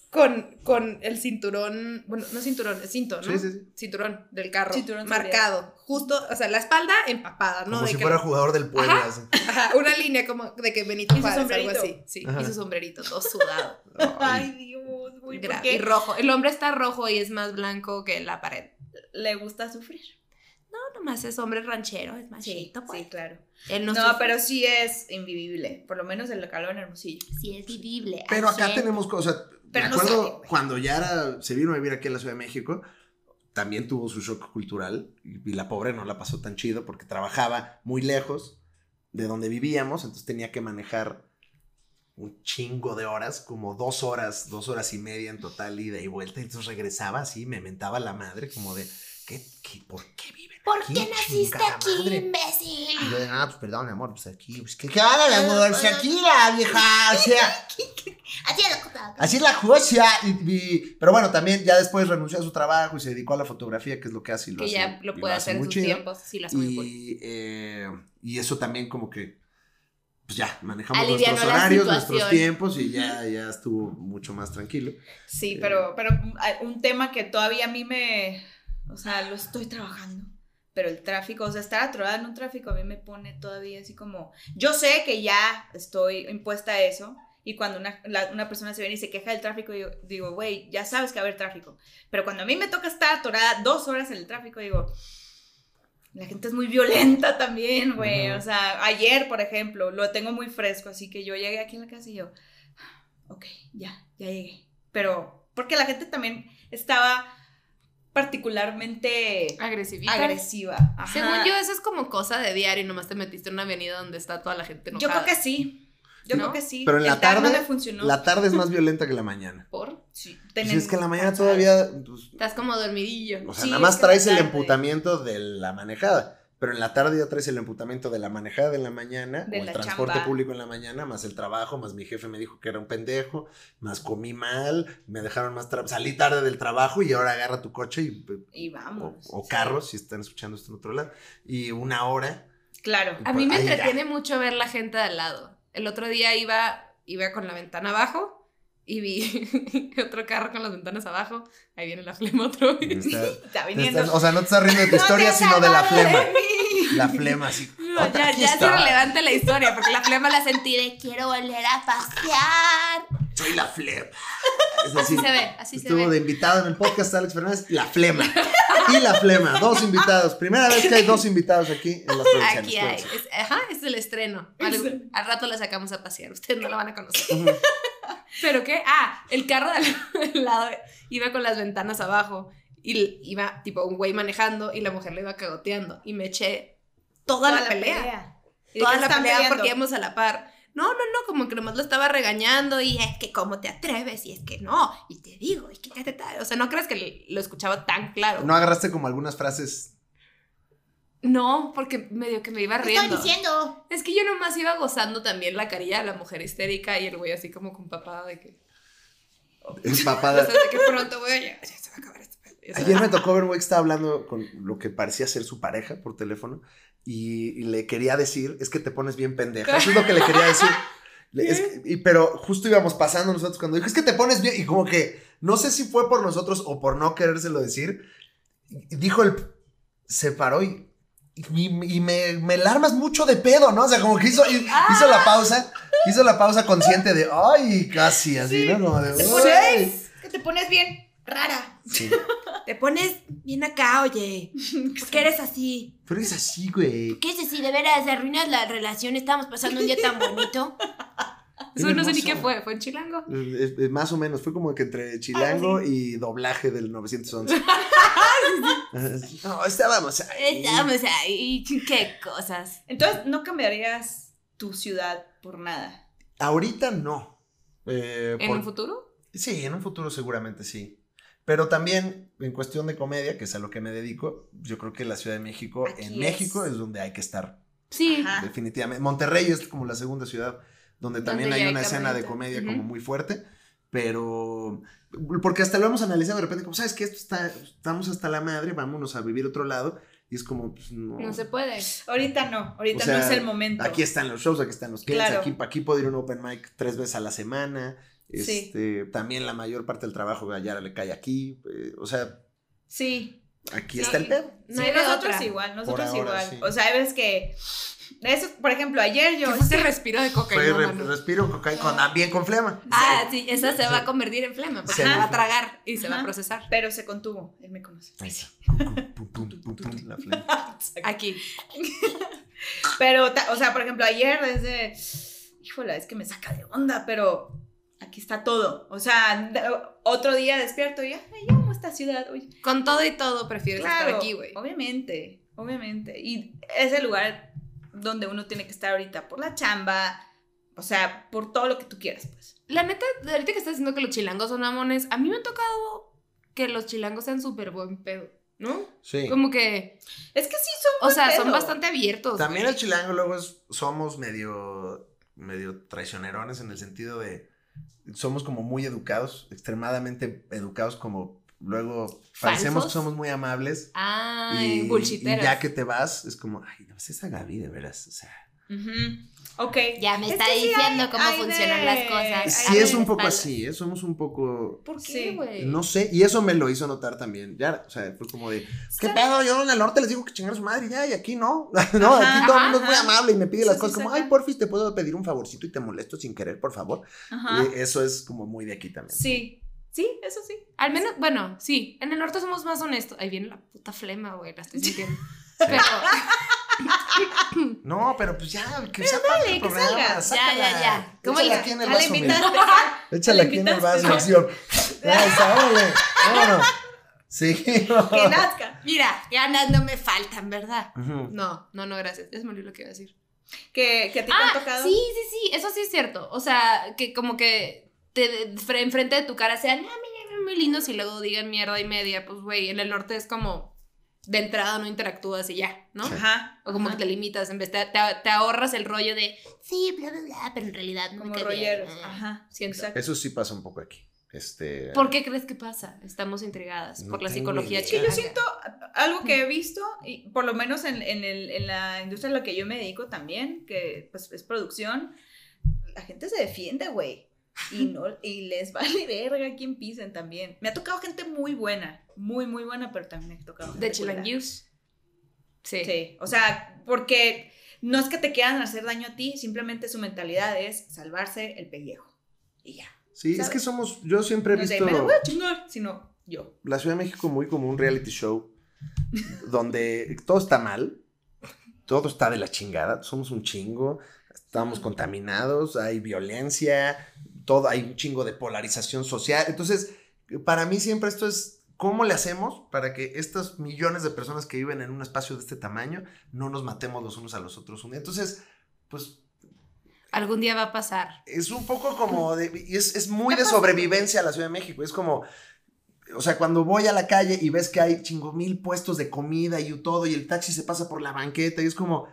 [SPEAKER 1] con, con el cinturón, bueno, no cinturón, es cinto, ¿no?
[SPEAKER 3] Sí, sí, sí.
[SPEAKER 1] Cinturón del carro.
[SPEAKER 2] Cinturón
[SPEAKER 1] marcado. Justo, o sea, la espalda empapada, ¿no?
[SPEAKER 3] Como
[SPEAKER 1] De
[SPEAKER 3] si
[SPEAKER 1] que-
[SPEAKER 3] fuera jugador del pueblo.
[SPEAKER 1] Ajá.
[SPEAKER 3] así.
[SPEAKER 1] Ajá, una línea como de que Benito
[SPEAKER 2] Y su
[SPEAKER 1] Juárez, algo
[SPEAKER 2] sombrerito.
[SPEAKER 1] así. Sí,
[SPEAKER 3] Ajá.
[SPEAKER 1] y su sombrerito, todo sudado.
[SPEAKER 2] Ay, Dios, güey,
[SPEAKER 1] grave,
[SPEAKER 2] ¿por
[SPEAKER 1] y
[SPEAKER 2] qué
[SPEAKER 1] rojo. El hombre está rojo y es más blanco que la pared.
[SPEAKER 2] le gusta sufrir?
[SPEAKER 1] No, nomás es hombre ranchero, es más chiquito, pues.
[SPEAKER 2] sí, claro.
[SPEAKER 1] Él
[SPEAKER 2] No,
[SPEAKER 1] no, sufre.
[SPEAKER 2] pero sí es invivible, por lo menos el calor en Hermosillo.
[SPEAKER 4] Si es vivible.
[SPEAKER 3] Pero acá
[SPEAKER 4] así es.
[SPEAKER 3] tenemos cosas. Me
[SPEAKER 2] Pero no
[SPEAKER 3] acuerdo
[SPEAKER 2] sale, güey.
[SPEAKER 3] cuando Yara se vino a vivir aquí a la Ciudad de México, también tuvo su shock cultural y, y la pobre no la pasó tan chido porque trabajaba muy lejos de donde vivíamos, entonces tenía que manejar un chingo de horas, como dos horas, dos horas y media en total, ida y vuelta, entonces regresaba así, me mentaba la madre como de, ¿qué, qué, por qué viven
[SPEAKER 4] ¿Por
[SPEAKER 3] aquí,
[SPEAKER 4] qué naciste
[SPEAKER 3] chingada
[SPEAKER 4] aquí,
[SPEAKER 3] madre?
[SPEAKER 4] imbécil?
[SPEAKER 3] Y yo de, ah, pues perdón, amor, pues aquí, pues que, que haga el amor, si aquí la vieja, o sea...
[SPEAKER 4] Así es la cosa.
[SPEAKER 3] Así es la cosa. y- y- pero bueno, también ya después renunció a su trabajo y se dedicó a la fotografía, que es lo que hace y lo
[SPEAKER 1] que
[SPEAKER 3] hace-
[SPEAKER 1] ya
[SPEAKER 3] y
[SPEAKER 1] lo puede
[SPEAKER 3] hace
[SPEAKER 1] hacer en
[SPEAKER 3] muy
[SPEAKER 1] sus
[SPEAKER 3] chido.
[SPEAKER 1] tiempos, sí, las muy cool.
[SPEAKER 3] Y, eh, y eso también como que, pues ya, manejamos
[SPEAKER 1] Alivianó
[SPEAKER 3] nuestros
[SPEAKER 1] la
[SPEAKER 3] horarios,
[SPEAKER 1] situación.
[SPEAKER 3] nuestros tiempos y ya, ya estuvo mucho más tranquilo.
[SPEAKER 2] Sí,
[SPEAKER 3] Eh.
[SPEAKER 2] pero, pero a- un tema que todavía a mí me, o sea, lo estoy trabajando, pero el tráfico, o sea, estar atorada en un tráfico a mí me pone todavía así como, yo sé que ya estoy impuesta a eso. Y cuando una, la- una persona se viene y se queja del tráfico, yo digo, güey, ya sabes que va a haber tráfico. Pero cuando a mí me toca estar atorada dos horas en el tráfico, digo, la gente es muy violenta también, güey.
[SPEAKER 3] Ujú.
[SPEAKER 2] O sea, ayer, por ejemplo, lo tengo muy fresco, así que yo llegué aquí a la casa y yo, ok, ya, ya llegué. Pero, porque la gente también estaba particularmente
[SPEAKER 1] Agresivita.
[SPEAKER 2] agresiva. Ajá.
[SPEAKER 1] Según yo, eso es como cosa de diario, nomás te metiste en una avenida donde está toda la gente
[SPEAKER 2] yo
[SPEAKER 1] enojada.
[SPEAKER 2] creo que sí. Yo
[SPEAKER 1] ¿No?
[SPEAKER 2] creo que sí.
[SPEAKER 3] Pero en la
[SPEAKER 2] El tag no
[SPEAKER 3] tarde,
[SPEAKER 2] me funcionó.
[SPEAKER 3] La tarde es más violenta que la mañana.
[SPEAKER 4] Por.
[SPEAKER 2] Sí,
[SPEAKER 3] Si
[SPEAKER 2] tenemos-
[SPEAKER 3] es que en la mañana todavía, pues,
[SPEAKER 4] Estás como dormidillo.
[SPEAKER 3] o sea,
[SPEAKER 2] Sí,
[SPEAKER 3] nada
[SPEAKER 2] es que
[SPEAKER 3] más
[SPEAKER 2] en la
[SPEAKER 3] traes el
[SPEAKER 2] tarde.
[SPEAKER 3] emputamiento de la manejada. Pero en la tarde ya traes el emputamiento de la manejada en la mañana,
[SPEAKER 2] De
[SPEAKER 3] o el
[SPEAKER 2] la
[SPEAKER 3] transporte
[SPEAKER 2] chamba.
[SPEAKER 3] público en la mañana, más el trabajo, más mi jefe me dijo que era un pendejo, más comí mal, me dejaron más tra- salí tarde del trabajo y ahora agarra tu coche y,
[SPEAKER 2] Y
[SPEAKER 3] o,
[SPEAKER 2] vamos.
[SPEAKER 3] o carro, si están escuchando esto en otro lado, y una hora.
[SPEAKER 2] Claro.
[SPEAKER 1] A mí me
[SPEAKER 3] Ahí ya.
[SPEAKER 1] entretiene mucho ver la gente de al lado. El otro día iba, iba con la ventana abajo y vi otro carro con las ventanas abajo. Ahí viene la flema otra
[SPEAKER 3] y
[SPEAKER 1] vez.
[SPEAKER 3] está-
[SPEAKER 2] Está
[SPEAKER 3] te
[SPEAKER 2] viniendo.
[SPEAKER 3] estás- o sea, no te estás riendo de tu historia,
[SPEAKER 2] te
[SPEAKER 3] sino de la
[SPEAKER 2] salvado de
[SPEAKER 3] flema. La flema, así.
[SPEAKER 1] No, ya,
[SPEAKER 3] aquí
[SPEAKER 1] ya es
[SPEAKER 3] está.
[SPEAKER 1] irrelevante la historia porque la flema la sentí de aquí.
[SPEAKER 8] Quiero volver a pasear.
[SPEAKER 3] Soy la flema. Es así.
[SPEAKER 4] Así se ve, así se
[SPEAKER 3] Estuvo
[SPEAKER 4] ve.
[SPEAKER 3] de invitado en el podcast Alex Fernández, la flema. Y la flema, dos invitados. Primera vez que hay dos invitados aquí en las producciones.
[SPEAKER 4] Aquí hay. Es- ajá, es el estreno. Al, al rato la sacamos a pasear. Ustedes no la van a conocer.
[SPEAKER 3] cuídense.
[SPEAKER 1] ¿Pero qué? Ah, el carro de al lado iba con las ventanas abajo y l- iba tipo un güey manejando y la mujer le iba cagoteando y me eché toda, la, pelea. Y
[SPEAKER 2] Todas
[SPEAKER 1] dije, la
[SPEAKER 2] están
[SPEAKER 1] pelea
[SPEAKER 2] peleando.
[SPEAKER 1] porque íbamos a la par. No, no, no, como que nomás lo estaba regañando y es que cómo te atreves y es que no, y te digo, y que te, te, te. O sea, no crees que le- lo escuchaba tan claro.
[SPEAKER 3] ¿No agarraste como algunas frases?
[SPEAKER 1] No, porque medio que me iba
[SPEAKER 8] ¿Qué estoy
[SPEAKER 1] riendo.
[SPEAKER 8] diciendo?
[SPEAKER 1] Es que yo nomás iba gozando también la carilla de la mujer histérica y el güey así como con papada de que, o sea,
[SPEAKER 3] Empapada.
[SPEAKER 1] de que pronto voy a llegar, ya se va a acabar este pedo. Y, o sea,
[SPEAKER 3] Ayer me tocó ver un güey que estaba hablando con lo que parecía ser su pareja por teléfono y, y le quería decir, es que te pones bien pendeja. Eso es lo que le quería decir. Le- es que- y, pero justo íbamos pasando nosotros cuando dijo, es que te pones bien. Y como que, no sé si fue por nosotros o por no querérselo decir, y- dijo el... Se paró y... Y, y me, me alarmas mucho de pedo, ¿no? O sea, como que hizo, hizo la pausa, hizo la pausa consciente de, ay, casi, así, ¿no? Como de,
[SPEAKER 2] Te
[SPEAKER 3] "Ay".
[SPEAKER 2] pones, que te pones bien rara.
[SPEAKER 3] Sí.
[SPEAKER 1] Te pones bien acá, oye. ¿Por qué eres así?
[SPEAKER 3] Pero es así, güey.
[SPEAKER 8] ¿Qué es si de veras arruinas la relación? Estamos pasando un día tan bonito.
[SPEAKER 1] Eso
[SPEAKER 3] Bien
[SPEAKER 1] no sé ni
[SPEAKER 3] hermoso.
[SPEAKER 1] qué fue, Ah, fue en Chilango.
[SPEAKER 3] Eh, eh, Más o menos, fue como que entre chilango y doblaje del 911. Ajá, sí. no, estábamos ahí.
[SPEAKER 4] Estamos ahí. Qué cosas.
[SPEAKER 2] Entonces, no cambiarías tu ciudad por nada.
[SPEAKER 3] Ahorita no. Eh,
[SPEAKER 1] ¿En
[SPEAKER 3] por-
[SPEAKER 1] un futuro?
[SPEAKER 3] Sí, en un futuro seguramente sí. Pero también en cuestión de comedia, que es a lo que me dedico, yo creo que la Ciudad de México,
[SPEAKER 2] Aquí
[SPEAKER 3] en
[SPEAKER 2] es.
[SPEAKER 3] México es donde hay que estar,
[SPEAKER 1] Sí.
[SPEAKER 2] Ajá.
[SPEAKER 3] definitivamente. Monterrey es como la segunda ciudad donde también
[SPEAKER 1] ya
[SPEAKER 3] hay
[SPEAKER 1] hay
[SPEAKER 3] una escena de comedia
[SPEAKER 1] camioneta.
[SPEAKER 3] como muy fuerte, pero porque hasta lo hemos analizado de repente como, ¿sabes qué? Esto está, estamos hasta la madre, vámonos a vivir otro lado y es como, pues, no.
[SPEAKER 1] No se puede.
[SPEAKER 2] Ahorita no, ahorita
[SPEAKER 3] O sea,
[SPEAKER 2] no es el momento.
[SPEAKER 3] Aquí están los shows, aquí están los clientes,
[SPEAKER 2] Claro.
[SPEAKER 3] aquí, aquí puedo ir a un open mic tres veces a la semana.
[SPEAKER 2] Sí.
[SPEAKER 3] Este, También la mayor parte del trabajo de Ayara le cae aquí. eh, o sea,
[SPEAKER 2] Sí.
[SPEAKER 3] aquí
[SPEAKER 2] Sí.
[SPEAKER 3] está el pedo.
[SPEAKER 1] No
[SPEAKER 2] Sí,
[SPEAKER 1] hay de
[SPEAKER 2] nosotros
[SPEAKER 1] otra.
[SPEAKER 2] igual, nosotros
[SPEAKER 3] ahora,
[SPEAKER 2] igual.
[SPEAKER 3] sí.
[SPEAKER 2] O sea, hay veces que. Eso, por ejemplo, ayer yo.
[SPEAKER 1] ¿Qué fue ese respiro de
[SPEAKER 3] Fue
[SPEAKER 1] cocaína?
[SPEAKER 3] re-
[SPEAKER 1] mano?
[SPEAKER 3] respiro cocaína, con, también con flema.
[SPEAKER 1] Ah, sí, esa se va a convertir en flema porque
[SPEAKER 3] Se
[SPEAKER 1] se va
[SPEAKER 3] me-
[SPEAKER 1] a tragar y se va
[SPEAKER 2] Ajá.
[SPEAKER 1] a procesar.
[SPEAKER 2] Pero se contuvo, él me conoce.
[SPEAKER 3] Ahí está. Pum, pum, pum, pum, pum, la flema.
[SPEAKER 1] Aquí.
[SPEAKER 2] Pero, ta- o sea, por ejemplo, ayer desde. Híjola, es que me saca de onda, pero aquí está todo. O sea, d- otro día despierto y. Ay, yo amo esta ciudad. Oye,
[SPEAKER 1] Con todo y todo prefieres estar aquí, güey.
[SPEAKER 2] Obviamente, obviamente. Y es el lugar donde uno tiene que estar ahorita por la chamba, o sea, por todo lo que tú quieras, pues.
[SPEAKER 1] La neta, de ahorita que estás diciendo que los chilangos son amones, a mí me ha tocado que los chilangos sean súper buen pedo, ¿no?
[SPEAKER 3] Sí.
[SPEAKER 1] Como que,
[SPEAKER 2] Es que sí son.
[SPEAKER 1] o
[SPEAKER 2] buen
[SPEAKER 1] sea, son
[SPEAKER 2] pedo.
[SPEAKER 1] bastante abiertos.
[SPEAKER 3] También
[SPEAKER 1] güey.
[SPEAKER 3] el chilango luego es- somos medio, medio traicionerones en el sentido de somos como muy educados, extremadamente educados, como luego
[SPEAKER 1] Falsos.
[SPEAKER 3] parecemos que
[SPEAKER 1] Ah,
[SPEAKER 3] somos muy amables.
[SPEAKER 1] Ay,
[SPEAKER 3] y ya
[SPEAKER 1] bullshiteras.
[SPEAKER 3] que te vas, es como, ay, no sé esa Gaby, de veras. O sea,
[SPEAKER 2] Ujú. Ok.
[SPEAKER 4] Ya me
[SPEAKER 2] Es
[SPEAKER 4] está
[SPEAKER 2] que sí
[SPEAKER 4] diciendo
[SPEAKER 2] hay-
[SPEAKER 4] cómo
[SPEAKER 2] hay
[SPEAKER 4] funcionan
[SPEAKER 2] de-
[SPEAKER 4] las cosas.
[SPEAKER 2] hay
[SPEAKER 3] sí
[SPEAKER 2] de
[SPEAKER 3] es un poco
[SPEAKER 4] espalda.
[SPEAKER 3] así, ¿eh? somos un poco,
[SPEAKER 1] ¿Por
[SPEAKER 2] Sí.
[SPEAKER 1] qué, güey?
[SPEAKER 3] no sé, y eso me lo hizo notar también, ya, o sea, fue como de, ¿qué pedo? Yo en el norte les digo que chingar a su madre, y ya, y aquí no, no, aquí todo el
[SPEAKER 2] ajá,
[SPEAKER 3] mundo es muy
[SPEAKER 2] ajá.
[SPEAKER 3] amable y me pide
[SPEAKER 2] Eso
[SPEAKER 3] las
[SPEAKER 2] sí
[SPEAKER 3] cosas como,
[SPEAKER 2] saca.
[SPEAKER 3] ay, porfis, te puedo pedir un favorcito y te molesto sin querer, por favor.
[SPEAKER 2] Ajá.
[SPEAKER 3] Y eso es como muy de aquí también.
[SPEAKER 2] Sí. Sí, eso sí.
[SPEAKER 1] Al menos, bueno, sí, en el norte somos más honestos. Ahí viene la puta flema, güey, la estoy sintiendo.
[SPEAKER 3] Sí.
[SPEAKER 1] Pero,
[SPEAKER 3] No, pero pues ya, que sea parte del
[SPEAKER 2] que
[SPEAKER 3] programa,
[SPEAKER 2] salga. Ya,
[SPEAKER 3] sácala.
[SPEAKER 4] ya, ya. ¿Cómo
[SPEAKER 3] Échala
[SPEAKER 4] le-
[SPEAKER 3] aquí en
[SPEAKER 2] A
[SPEAKER 3] el
[SPEAKER 2] la
[SPEAKER 3] vaso, mira.
[SPEAKER 2] invitada ¿La
[SPEAKER 3] Échala aquí en el
[SPEAKER 2] invitaste?
[SPEAKER 3] vaso, acción. Ya está, órale, vámonos. Sí.
[SPEAKER 2] que nazca.
[SPEAKER 4] Mira, ganas no me faltan, ¿verdad?
[SPEAKER 3] Ujú.
[SPEAKER 1] no, no, no, gracias. Ya se me olvidó lo que iba a decir.
[SPEAKER 2] Que, que a ti te han tocado.
[SPEAKER 1] Ah, Sí, sí, sí, eso sí es cierto. O sea, que como que te de- enfrente de tu cara sean, ah, mira, muy lindos y luego digan mierda y media. Pues, güey, en el norte es como de entrada no interactúas y ya, ¿no?
[SPEAKER 2] Ajá.
[SPEAKER 1] O como
[SPEAKER 2] Ajá.
[SPEAKER 1] que te limitas, en vez de, te, te ahorras el rollo de,
[SPEAKER 4] Sí, bla, bla, bla, pero en realidad no
[SPEAKER 2] Como
[SPEAKER 4] me cae bien.
[SPEAKER 2] rolleros. Ajá.
[SPEAKER 1] siento.
[SPEAKER 2] Exacto.
[SPEAKER 3] Eso sí pasa un poco aquí. Este,
[SPEAKER 1] ¿Por qué crees que pasa? Estamos intrigadas
[SPEAKER 3] No
[SPEAKER 1] por la
[SPEAKER 3] tengo
[SPEAKER 1] psicología
[SPEAKER 3] idea.
[SPEAKER 2] Es que yo
[SPEAKER 1] chilanga.
[SPEAKER 2] siento algo que he visto, y por lo menos en, en el- en la industria a la que yo me dedico también, que pues, es producción, la gente se defiende, güey. Y, no, y les vale verga quien pisen también. Me ha tocado gente muy buena, muy, muy buena, pero también me ha tocado gente
[SPEAKER 1] De
[SPEAKER 2] culera.
[SPEAKER 1] chilanguis. Sí.
[SPEAKER 2] Sí, o sea, porque no es que te quieran hacer daño a ti, simplemente su mentalidad es salvarse el pellejo. Y ya.
[SPEAKER 3] sí, es
[SPEAKER 2] ¿sabes?
[SPEAKER 3] que somos. Yo siempre he
[SPEAKER 2] No es de,
[SPEAKER 3] visto
[SPEAKER 2] me la voy a chingar, sino yo.
[SPEAKER 3] la Ciudad de México muy como un reality show donde todo está mal, todo está de la chingada, somos un chingo, estamos contaminados, hay violencia, todo, hay un chingo de polarización social. Entonces, para mí siempre esto es cómo le hacemos para que estas millones de personas que viven en un espacio de este tamaño no nos matemos los unos a los otros. Entonces, pues
[SPEAKER 1] Algún día va a pasar.
[SPEAKER 3] es un poco como de, y es, es muy de sobrevivencia la Ciudad de México. Es como, o sea, cuando voy a la calle y ves que hay chingo mil puestos de comida y todo, y el taxi se pasa por la banqueta, y es como,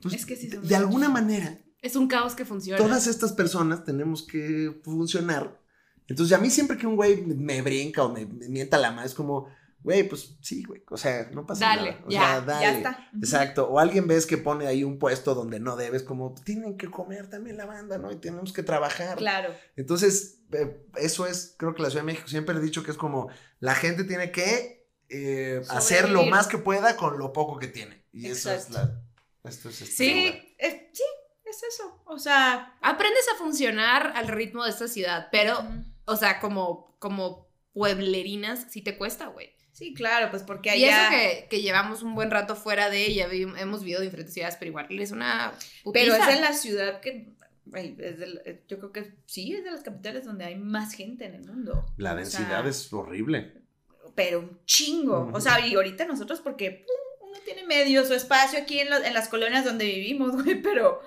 [SPEAKER 3] pues,
[SPEAKER 2] Es que sí
[SPEAKER 3] de,
[SPEAKER 2] somos
[SPEAKER 3] de alguna manera,
[SPEAKER 1] Es un caos que funciona.
[SPEAKER 3] todas estas personas tenemos que funcionar. Entonces, a mí siempre que un güey me brinca o me, me mienta la madre, es como, güey, pues sí, güey, o sea, no pasa
[SPEAKER 1] Dale,
[SPEAKER 3] nada. O
[SPEAKER 1] ya,
[SPEAKER 2] Ya
[SPEAKER 3] sea, dale.
[SPEAKER 2] está.
[SPEAKER 3] eh, Exacto, o alguien ves que pone ahí un puesto donde no debes, como tienen que comer también la banda, ¿no? Y tenemos que trabajar.
[SPEAKER 2] Claro.
[SPEAKER 3] Entonces, eh, eso es, creo que la Ciudad de México siempre he dicho que es como la gente tiene que eh, hacer lo
[SPEAKER 2] Sobrevivir.
[SPEAKER 3] más que pueda con lo poco que tiene. Y eso es la. Esto es este lugar.
[SPEAKER 2] Sí, es, sí, es eso. O sea,
[SPEAKER 1] Aprendes a funcionar al ritmo de esta ciudad, pero, o sea, como, como pueblerinas, sí te cuesta, güey.
[SPEAKER 2] sí, claro, pues porque
[SPEAKER 1] Y eso
[SPEAKER 2] allá.
[SPEAKER 1] que, que llevamos un buen rato fuera de ella, vi- hemos vivido en diferentes ciudades, pero igual es una putiza.
[SPEAKER 2] pero es en la ciudad que. ay, es de la- yo creo que sí, es de las capitales donde hay más gente en el mundo.
[SPEAKER 3] La
[SPEAKER 2] O
[SPEAKER 3] densidad
[SPEAKER 2] sea,
[SPEAKER 3] es horrible.
[SPEAKER 2] Pero un chingo.
[SPEAKER 3] Ujú.
[SPEAKER 2] O sea, y ahorita nosotros, porque pum, uno tiene medio su espacio aquí en, lo- en las colonias donde vivimos, güey, pero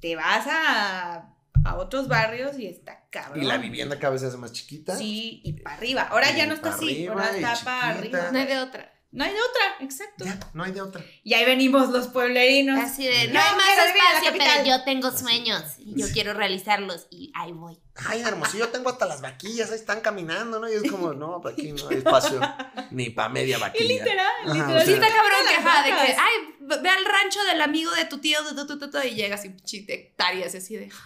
[SPEAKER 2] te vas a, a otros barrios y está cabrón.
[SPEAKER 3] Y la vivienda cada vez se hace más chiquita.
[SPEAKER 2] Sí, y para arriba. Ahora
[SPEAKER 3] Y
[SPEAKER 2] ya no está
[SPEAKER 3] pa'
[SPEAKER 2] así,
[SPEAKER 3] arriba,
[SPEAKER 2] ahora
[SPEAKER 3] y
[SPEAKER 2] está para
[SPEAKER 3] chiquita.
[SPEAKER 2] arriba.
[SPEAKER 1] No hay de otra.
[SPEAKER 2] No hay de otra, exacto.
[SPEAKER 3] Ya, no hay de otra.
[SPEAKER 2] Y ahí venimos los pueblerinos.
[SPEAKER 1] Así de,
[SPEAKER 3] Ya.
[SPEAKER 1] no hay más
[SPEAKER 2] Quiero vivir en la
[SPEAKER 1] espacio,
[SPEAKER 4] Pero
[SPEAKER 1] pero yo...
[SPEAKER 4] yo tengo sueños y yo quiero realizarlos y ahí voy.
[SPEAKER 3] Ay, hermosillo, tengo hasta las vaquillas, ahí están caminando, ¿no? Y es como, no, para aquí no hay espacio ni para media
[SPEAKER 2] Y
[SPEAKER 3] vaquilla.
[SPEAKER 2] literal,
[SPEAKER 3] Ajá,
[SPEAKER 2] literal.
[SPEAKER 3] o sea-
[SPEAKER 1] Sí está cabrón
[SPEAKER 2] Todas
[SPEAKER 1] que,
[SPEAKER 2] las
[SPEAKER 1] ajá, de que,
[SPEAKER 2] vacas.
[SPEAKER 1] ay, ve al rancho del amigo de tu tío, tu, tu, tu, tu, tu, y llegas y chiste hectáreas, así de,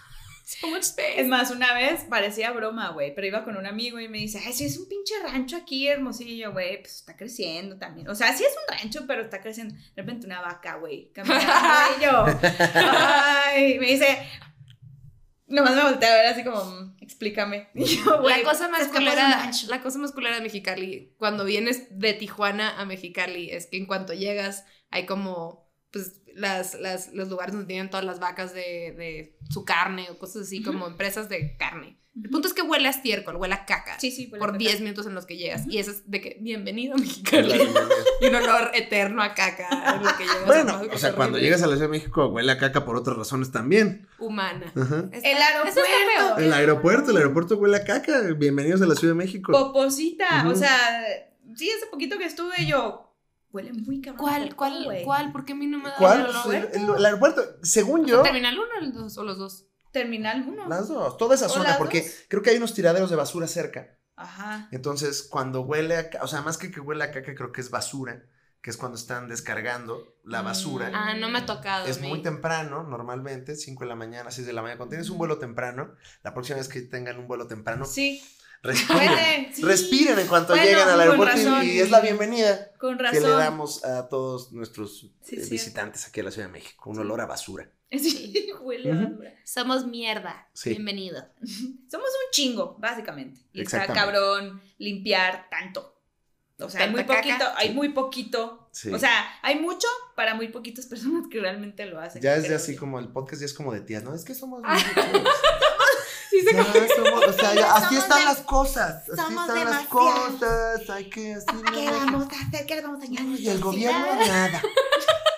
[SPEAKER 1] so much space.
[SPEAKER 2] Es más, una vez parecía broma, güey, pero iba con un amigo y me dice, ay, sí, es un pinche rancho aquí, hermosillo, güey, pues está creciendo también. O sea, sí es un rancho, pero está creciendo. De repente una vaca, güey, caminando y yo. Ay, me dice, nomás me volteé a ver así como, "Mm, explícame. Y yo, güey,
[SPEAKER 1] la cosa más
[SPEAKER 2] se escapó de un
[SPEAKER 1] culera,
[SPEAKER 2] rancho.
[SPEAKER 1] la cosa más culera de Mexicali, cuando vienes de Tijuana a Mexicali, es que en cuanto llegas hay como pues las, las- los lugares donde tienen todas las vacas de, de su carne o cosas así, como empresas de carne. El punto es que huele a estiércol, huele a caca.
[SPEAKER 2] Sí, sí, huele a
[SPEAKER 1] por
[SPEAKER 2] caca.
[SPEAKER 1] 10 minutos en los que llegas. Y eso es de que, bienvenido a
[SPEAKER 3] Claro,
[SPEAKER 1] Mexicali.
[SPEAKER 3] claro, claro.
[SPEAKER 1] y un olor eterno a caca. en lo que llegas.
[SPEAKER 3] Bueno,
[SPEAKER 1] Además,
[SPEAKER 3] o sea,
[SPEAKER 1] horrible.
[SPEAKER 3] cuando llegas a la Ciudad de México huele a caca por otras razones también.
[SPEAKER 1] Humana.
[SPEAKER 3] Ajá.
[SPEAKER 1] Está-
[SPEAKER 2] El
[SPEAKER 1] eso está feo.
[SPEAKER 2] aeropuerto.
[SPEAKER 3] El aeropuerto, el aeropuerto huele a caca. Bienvenidos a la Ciudad de México.
[SPEAKER 2] Poposita, o
[SPEAKER 3] Ujú.
[SPEAKER 2] sea, sí, hace poquito que estuve yo, huele muy cabrón.
[SPEAKER 1] ¿Cuál,
[SPEAKER 2] popó,
[SPEAKER 1] cuál,
[SPEAKER 2] güey.
[SPEAKER 1] cuál? ¿Por qué a mí no me da
[SPEAKER 3] ¿Cuál?
[SPEAKER 1] el olor?
[SPEAKER 3] El, el- el aeropuerto, según yo,
[SPEAKER 1] ¿Terminal uno o el dos- o los dos?
[SPEAKER 2] Terminal 1.
[SPEAKER 3] las dos, toda esa
[SPEAKER 2] ¿O
[SPEAKER 3] zona,
[SPEAKER 2] las
[SPEAKER 3] porque
[SPEAKER 2] dos?
[SPEAKER 3] creo que hay unos tiraderos de basura cerca.
[SPEAKER 2] Ajá.
[SPEAKER 3] Entonces, cuando huele a, ca- o sea, más que que huele a caca, creo que es basura, que es cuando están descargando la
[SPEAKER 2] Mm.
[SPEAKER 3] basura.
[SPEAKER 1] Ah, no me ha tocado.
[SPEAKER 3] Es
[SPEAKER 1] a mí.
[SPEAKER 3] muy temprano, normalmente, 5 de la mañana, 6 de la mañana. Cuando tienes un vuelo temprano, la próxima vez que tengan un vuelo temprano,
[SPEAKER 2] Sí,
[SPEAKER 3] respiren.
[SPEAKER 2] puede. sí.
[SPEAKER 3] Respiren en cuanto
[SPEAKER 2] Bueno,
[SPEAKER 3] lleguen al
[SPEAKER 2] con
[SPEAKER 3] aeropuerto y-
[SPEAKER 2] razón.
[SPEAKER 3] y es la bienvenida.
[SPEAKER 2] Con
[SPEAKER 3] que
[SPEAKER 2] razón.
[SPEAKER 3] le damos a todos nuestros
[SPEAKER 2] Sí,
[SPEAKER 3] eh,
[SPEAKER 2] cierto.
[SPEAKER 3] visitantes aquí a la Ciudad de México. Un olor a basura.
[SPEAKER 2] Sí, huele a
[SPEAKER 3] Ujú.
[SPEAKER 2] basura.
[SPEAKER 1] Somos mierda.
[SPEAKER 3] Sí.
[SPEAKER 1] Bienvenido.
[SPEAKER 2] Somos un chingo, básicamente. Y está
[SPEAKER 3] Exactamente.
[SPEAKER 2] cabrón limpiar tanto. O sea, hay muy
[SPEAKER 1] Tanta caca.
[SPEAKER 2] poquito, hay muy poquito.
[SPEAKER 3] Sí.
[SPEAKER 2] O sea, hay mucho para muy poquitas personas que realmente lo hacen.
[SPEAKER 3] ya es de
[SPEAKER 2] creo
[SPEAKER 3] así
[SPEAKER 2] yo.
[SPEAKER 3] como el podcast, ya es como de tías, ¿no? Es que somos.
[SPEAKER 2] Ah.
[SPEAKER 1] Sí, se-
[SPEAKER 3] Ya somos- o sea, ya
[SPEAKER 4] Somos
[SPEAKER 3] así están
[SPEAKER 4] de-
[SPEAKER 3] las cosas. Así están
[SPEAKER 4] somos
[SPEAKER 3] las
[SPEAKER 4] demasiado.
[SPEAKER 3] cosas. Hay que así.
[SPEAKER 4] ¿Qué
[SPEAKER 2] Ah,
[SPEAKER 3] no-
[SPEAKER 4] vamos a hacer? ¿Qué le vamos a añadir?
[SPEAKER 3] Y el gobierno nada.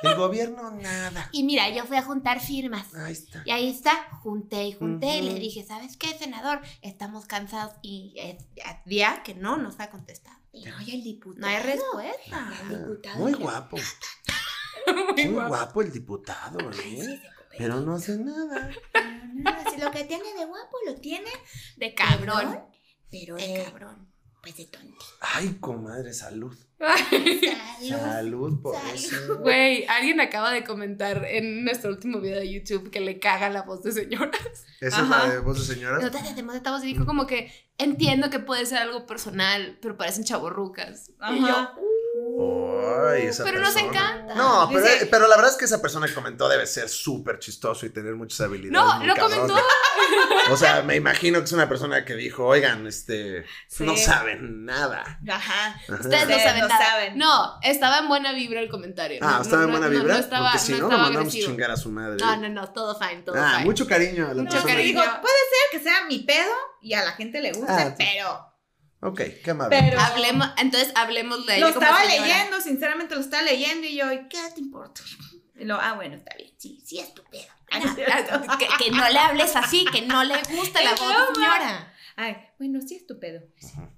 [SPEAKER 3] El gobierno, nada.
[SPEAKER 4] Y mira, yo fui a juntar firmas.
[SPEAKER 3] Ahí está.
[SPEAKER 4] Y ahí está, junté y junté. y Le
[SPEAKER 3] Ujú.
[SPEAKER 4] dije, ¿sabes qué, senador? Estamos cansados. Y es a día que no nos ha contestado.
[SPEAKER 9] Y no, y el diputado.
[SPEAKER 4] No hay respuesta.
[SPEAKER 9] diputado
[SPEAKER 3] Muy
[SPEAKER 9] que-
[SPEAKER 3] guapo. Muy guapo. el diputado, ¿eh? Pero no hace nada.
[SPEAKER 9] No, si lo que tiene de guapo lo tiene,
[SPEAKER 4] De cabrón.
[SPEAKER 9] pero
[SPEAKER 4] De
[SPEAKER 9] de,
[SPEAKER 4] cabrón.
[SPEAKER 9] pues de tonto.
[SPEAKER 3] Ay, comadre, salud.
[SPEAKER 9] Salud.
[SPEAKER 3] Salud por
[SPEAKER 9] Salud.
[SPEAKER 3] eso.
[SPEAKER 1] Güey, alguien acaba de comentar en nuestro último video de YouTube que le caga la voz de señora.
[SPEAKER 3] Esa es
[SPEAKER 1] Ajá.
[SPEAKER 3] la de voz de señoras.
[SPEAKER 4] No te hacemos de voz y dijo como que entiendo que puede ser algo personal, pero parecen chaborrucas. Y yo,
[SPEAKER 2] Ajá.
[SPEAKER 3] Ay, esa
[SPEAKER 4] pero nos
[SPEAKER 3] persona.
[SPEAKER 4] encanta.
[SPEAKER 3] No, pero, eh,
[SPEAKER 2] Dice-
[SPEAKER 3] pero la verdad es que esa persona que comentó debe ser súper chistoso y tener muchas habilidades.
[SPEAKER 1] No,
[SPEAKER 3] muy
[SPEAKER 1] lo
[SPEAKER 3] cabronas.
[SPEAKER 1] comentó.
[SPEAKER 3] O sea, me imagino que es una persona que dijo, oigan, este,
[SPEAKER 2] Sí.
[SPEAKER 3] no saben nada.
[SPEAKER 2] Ajá.
[SPEAKER 3] Ajá.
[SPEAKER 4] Ustedes no
[SPEAKER 2] Ustedes
[SPEAKER 4] saben
[SPEAKER 2] no
[SPEAKER 4] nada.
[SPEAKER 2] saben.
[SPEAKER 4] No, estaba en buena vibra el comentario.
[SPEAKER 3] Ah,
[SPEAKER 4] No,
[SPEAKER 3] estaba en
[SPEAKER 4] no,
[SPEAKER 3] buena
[SPEAKER 4] no, no,
[SPEAKER 3] vibra.
[SPEAKER 4] No, estaba,
[SPEAKER 3] porque si no,
[SPEAKER 4] no,
[SPEAKER 3] lo
[SPEAKER 4] estaba
[SPEAKER 3] mandamos a
[SPEAKER 4] agresivo. Ah,
[SPEAKER 3] chingar a su madre.
[SPEAKER 4] No, no, no, todo fine, todo
[SPEAKER 3] ah,
[SPEAKER 4] fine.
[SPEAKER 3] mucho cariño a la
[SPEAKER 1] Mucho
[SPEAKER 3] persona.
[SPEAKER 1] cariño.
[SPEAKER 2] Digo, puede ser que sea mi pedo y a la gente le guste,
[SPEAKER 3] Ah, sí.
[SPEAKER 2] pero.
[SPEAKER 3] Ok, qué amable.
[SPEAKER 2] Pero.
[SPEAKER 4] Hablemos, entonces hablemos de
[SPEAKER 2] Lo
[SPEAKER 4] ella como
[SPEAKER 2] estaba
[SPEAKER 4] señora.
[SPEAKER 2] leyendo, sinceramente lo estaba leyendo y yo, ¿y ¿qué te importa? Y lo, ah, bueno, está bien.
[SPEAKER 9] Sí, sí es tu pedo.
[SPEAKER 4] Ah, ah, Que, que no le hables así, que no le gusta la voz de señora.
[SPEAKER 2] Ay, bueno, sí es tu pedo.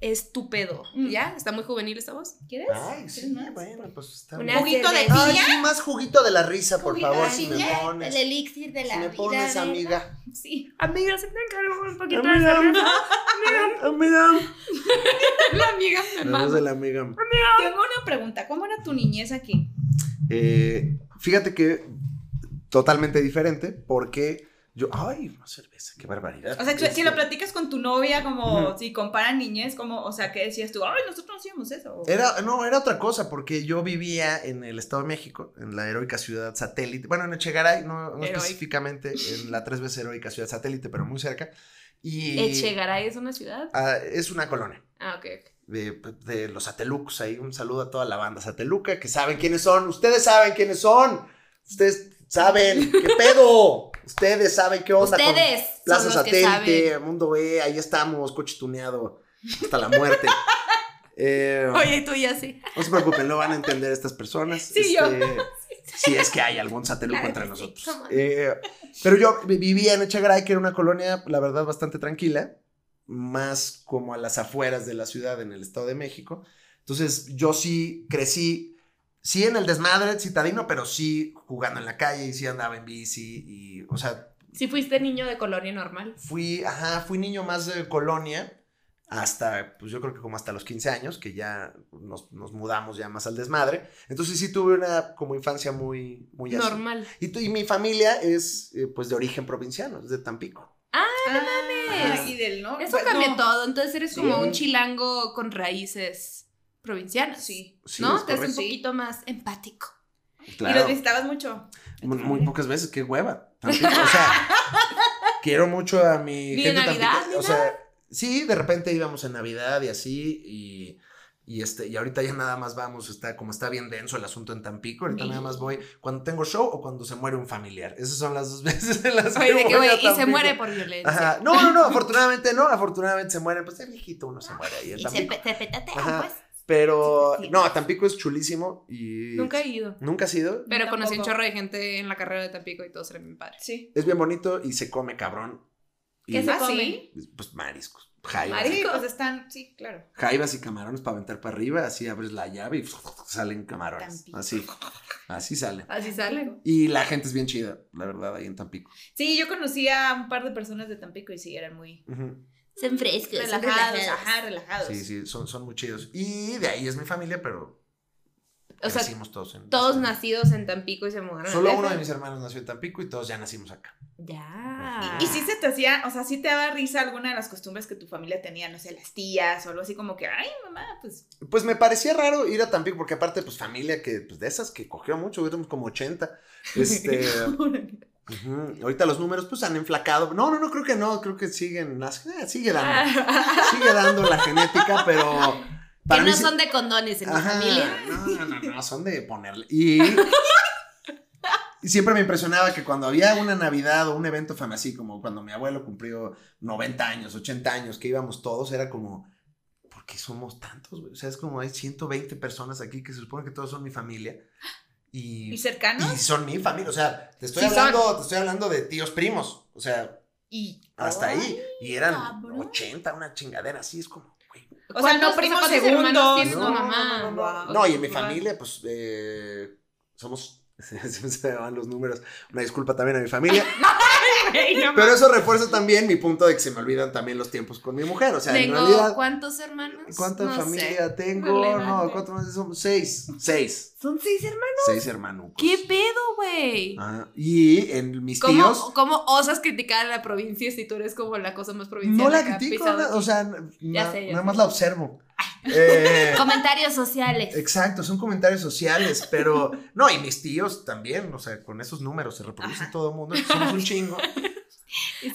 [SPEAKER 1] Estúpido. ¿Ya? Está muy juvenil esta voz.
[SPEAKER 2] ¿Quieres?
[SPEAKER 3] Ay,
[SPEAKER 2] ¿Quieres
[SPEAKER 3] sí,
[SPEAKER 2] más?
[SPEAKER 3] bueno, pues está
[SPEAKER 1] Una
[SPEAKER 3] bien.
[SPEAKER 2] Un poquito de
[SPEAKER 3] Ay,
[SPEAKER 2] piña.
[SPEAKER 3] sí, más juguito de la risa, por
[SPEAKER 9] Juguito
[SPEAKER 3] favor,
[SPEAKER 9] de
[SPEAKER 3] si me
[SPEAKER 9] piña,
[SPEAKER 3] pones.
[SPEAKER 9] El elixir de la
[SPEAKER 3] Si me
[SPEAKER 9] vida,
[SPEAKER 3] pones,
[SPEAKER 9] ¿verdad?
[SPEAKER 3] amiga.
[SPEAKER 2] Sí.
[SPEAKER 1] Amiga, se tienen que un poquito de
[SPEAKER 3] Amiga,
[SPEAKER 1] La amiga me
[SPEAKER 3] La voz
[SPEAKER 1] mama.
[SPEAKER 3] de la amiga.
[SPEAKER 2] Tengo una pregunta. ¿Cómo era tu niñez aquí?
[SPEAKER 3] Eh, fíjate que totalmente diferente porque yo, ay, una cerveza, qué barbaridad.
[SPEAKER 2] O sea, que si
[SPEAKER 3] Este,
[SPEAKER 2] lo platicas con tu novia, como
[SPEAKER 3] Ujú.
[SPEAKER 2] si comparan niñez, como, o sea, ¿qué decías tú? Ay, nosotros no hacíamos eso.
[SPEAKER 3] Era, no, era otra cosa, porque yo vivía en el Estado de México, en la heroica ciudad satélite. Bueno, en Echegaray, no, no
[SPEAKER 1] Heroica.
[SPEAKER 3] específicamente, en la tres veces heroica ciudad satélite, pero muy cerca. Y
[SPEAKER 1] Echegaray es una ciudad.
[SPEAKER 3] ah, es una colonia
[SPEAKER 1] Ah, ok. ok.
[SPEAKER 3] de, de los satelucos. Ahí un saludo a toda la banda sateluca, que saben quiénes son. Ustedes saben quiénes son. Ustedes saben qué pedo. Ustedes saben qué onda. con-
[SPEAKER 4] Ustedes son
[SPEAKER 3] Plaza
[SPEAKER 4] los que saben.
[SPEAKER 3] Satélite, Mundo E, ahí estamos, coche tuneado, hasta la muerte. Eh,
[SPEAKER 4] Oye, y tú ya sí.
[SPEAKER 3] no se preocupen, lo van a entender estas personas. Este,
[SPEAKER 2] Sí, yo.
[SPEAKER 3] Si es que hay algún sateluco entre
[SPEAKER 4] que sí,
[SPEAKER 3] nosotros.
[SPEAKER 4] cómo no.
[SPEAKER 3] Eh, pero yo vi- vivía en Echegaray, que era una colonia, la verdad, bastante tranquila, más como a las afueras de la ciudad, en el Estado de México. Entonces, yo sí crecí, sí en el desmadre citadino, pero sí jugando en la calle y sí andaba en bici y, o sea,
[SPEAKER 1] Si fuiste niño de colonia normal.
[SPEAKER 3] fui, ajá, fui niño más de colonia hasta, pues yo creo que como hasta los 15 años, que ya nos, nos mudamos ya más al desmadre. Entonces sí tuve una como infancia muy, muy así.
[SPEAKER 1] Normal.
[SPEAKER 3] Y, tu- y mi familia es eh, pues de origen provinciano, es de Tampico.
[SPEAKER 2] Ah, y del no.
[SPEAKER 1] Eso
[SPEAKER 2] pues,
[SPEAKER 1] cambia
[SPEAKER 2] no.
[SPEAKER 1] todo. Entonces eres como
[SPEAKER 3] Sí.
[SPEAKER 1] un chilango con raíces provincianas.
[SPEAKER 2] Sí.
[SPEAKER 3] Sí,
[SPEAKER 1] ¿No?
[SPEAKER 3] es
[SPEAKER 1] Te hace un
[SPEAKER 3] correcto.
[SPEAKER 1] poquito más empático.
[SPEAKER 2] Y
[SPEAKER 3] Claro.
[SPEAKER 2] los visitabas mucho.
[SPEAKER 3] Muy, muy pocas veces, qué hueva. Tampico, o sea, quiero mucho a mi
[SPEAKER 1] Ni de
[SPEAKER 3] gente
[SPEAKER 1] Navidad,
[SPEAKER 3] tampiqueña,
[SPEAKER 1] ni
[SPEAKER 3] O sea, sí, de repente íbamos en Navidad y así, y, y este, y ahorita ya nada más vamos, está como está bien denso el asunto en Tampico, ahorita nada más voy cuando tengo show o cuando se muere un familiar. Esas son las dos veces en las
[SPEAKER 1] Oye, de que,
[SPEAKER 3] voy
[SPEAKER 1] güey,
[SPEAKER 3] a
[SPEAKER 1] y se
[SPEAKER 3] Tampico.
[SPEAKER 1] muere pues, por violencia.
[SPEAKER 3] Ajá. No, no, no, afortunadamente no, afortunadamente se muere, pues de viejito uno
[SPEAKER 1] Ah,
[SPEAKER 3] se muere ahí en
[SPEAKER 4] Y se,
[SPEAKER 3] Tampico.
[SPEAKER 4] pe- se petatean,
[SPEAKER 3] Ajá.
[SPEAKER 4] pues.
[SPEAKER 3] Pero,
[SPEAKER 4] sí.
[SPEAKER 3] no, Tampico es chulísimo y...
[SPEAKER 1] Nunca he ido.
[SPEAKER 3] Nunca ha sido.
[SPEAKER 1] Pero conocí un
[SPEAKER 2] tampoco.
[SPEAKER 1] chorro de gente en la carrera de Tampico y todos eran bien padres.
[SPEAKER 2] Sí.
[SPEAKER 3] Es bien bonito y se come cabrón. Y-
[SPEAKER 1] ¿Qué se
[SPEAKER 2] Ah,
[SPEAKER 1] come?
[SPEAKER 2] sí.
[SPEAKER 3] pues mariscos. Jaivas,
[SPEAKER 2] Sí, pues están, sí, claro.
[SPEAKER 3] jaivas y camarones para aventar para arriba, así abres la llave y salen camarones.
[SPEAKER 2] Tampico.
[SPEAKER 3] Así, así salen.
[SPEAKER 1] Así salen.
[SPEAKER 3] Y la gente es bien chida, la verdad, ahí en Tampico.
[SPEAKER 2] Sí, yo conocí a un par de personas de Tampico y sí, eran muy
[SPEAKER 3] Ujú.
[SPEAKER 4] Son frescos, son
[SPEAKER 2] relajados,
[SPEAKER 4] relajados.
[SPEAKER 2] ajá, relajados.
[SPEAKER 3] Sí, sí, son, son muy chidos. Y de ahí es mi familia, pero
[SPEAKER 1] O sea,
[SPEAKER 3] crecimos todos en.
[SPEAKER 1] todos
[SPEAKER 3] en-
[SPEAKER 1] nacidos en Tampico y se mudaron.
[SPEAKER 3] Solo
[SPEAKER 1] al
[SPEAKER 3] uno de
[SPEAKER 1] DF.
[SPEAKER 3] mis hermanos nació en Tampico y todos ya nacimos acá.
[SPEAKER 1] Ya.
[SPEAKER 2] Y sí se te hacía, o sea, sí te daba risa alguna de las costumbres que tu familia tenía, no sé, las tías o algo así como que, ay, mamá, pues.
[SPEAKER 3] Pues me parecía raro ir a Tampico, porque aparte, pues familia que, pues de esas que cogió mucho, éramos como 80. Este. ujú. Ahorita los números, pues han enflacado. No, no, no, creo que no, creo que siguen. las- eh, sigue dando. sigue dando la genética, pero para
[SPEAKER 4] Que
[SPEAKER 3] mí
[SPEAKER 4] no
[SPEAKER 3] sí-
[SPEAKER 4] son de condones en mi
[SPEAKER 3] Ajá,
[SPEAKER 4] familia.
[SPEAKER 3] No, no, no, son de ponerle. Y y siempre me impresionaba que cuando había una Navidad o un evento fam- así, como cuando mi abuelo cumplió 90 años, 80 años, que íbamos todos, era como, ¿por qué somos tantos? güey? O sea, es como hay 120 personas aquí que se supone que todos son mi familia. Y,
[SPEAKER 2] ¿Y cercanos?
[SPEAKER 3] y son mi familia. O sea, te estoy,
[SPEAKER 1] Sí, son.
[SPEAKER 3] hablando, te estoy hablando de tíos primos. O sea,
[SPEAKER 2] Y,
[SPEAKER 3] hasta ahí. Y eran
[SPEAKER 2] cabrón.
[SPEAKER 3] 80, una chingadera así. Es como, güey.
[SPEAKER 2] o sea, no
[SPEAKER 1] ¿Cuántos-
[SPEAKER 2] primos
[SPEAKER 1] cuántos hermanos
[SPEAKER 2] segundos.
[SPEAKER 1] tienes tu
[SPEAKER 3] No,
[SPEAKER 1] mamá?
[SPEAKER 3] no,
[SPEAKER 2] Ah,
[SPEAKER 3] no, no.
[SPEAKER 1] Wow.
[SPEAKER 3] No, y en mi
[SPEAKER 1] Mamá.
[SPEAKER 3] familia, pues, eh, somos. Se me van los números. Una disculpa también a mi familia. Pero eso refuerza también mi punto de que se me olvidan también los tiempos con mi mujer. O sea,
[SPEAKER 10] Tengo
[SPEAKER 3] en realidad,
[SPEAKER 10] cuántos hermanos.
[SPEAKER 3] ¿cuánta
[SPEAKER 10] No sé.
[SPEAKER 3] familia tengo?
[SPEAKER 1] Relevante.
[SPEAKER 3] No, ¿cuántos más somos? Seis. Seis.
[SPEAKER 1] Son seis hermanos.
[SPEAKER 3] Seis hermanos.
[SPEAKER 1] ¿Qué pedo, güey?
[SPEAKER 3] Ajá. Y en Ah, mis tíos.
[SPEAKER 1] ¿Cómo, ¿Cómo osas criticar a la provincia si tú eres como la cosa más provincial?
[SPEAKER 3] No la
[SPEAKER 1] que ha
[SPEAKER 3] critico,
[SPEAKER 1] pisado
[SPEAKER 3] na-
[SPEAKER 1] aquí?
[SPEAKER 3] o sea, na-
[SPEAKER 1] sé, ya
[SPEAKER 3] nada
[SPEAKER 1] sé.
[SPEAKER 3] más la observo. Eh,
[SPEAKER 10] Comentarios sociales.
[SPEAKER 3] exacto, son comentarios sociales, pero no, y mis tíos también, o sea, con esos números se reproduce todo el mundo, somos un chingo.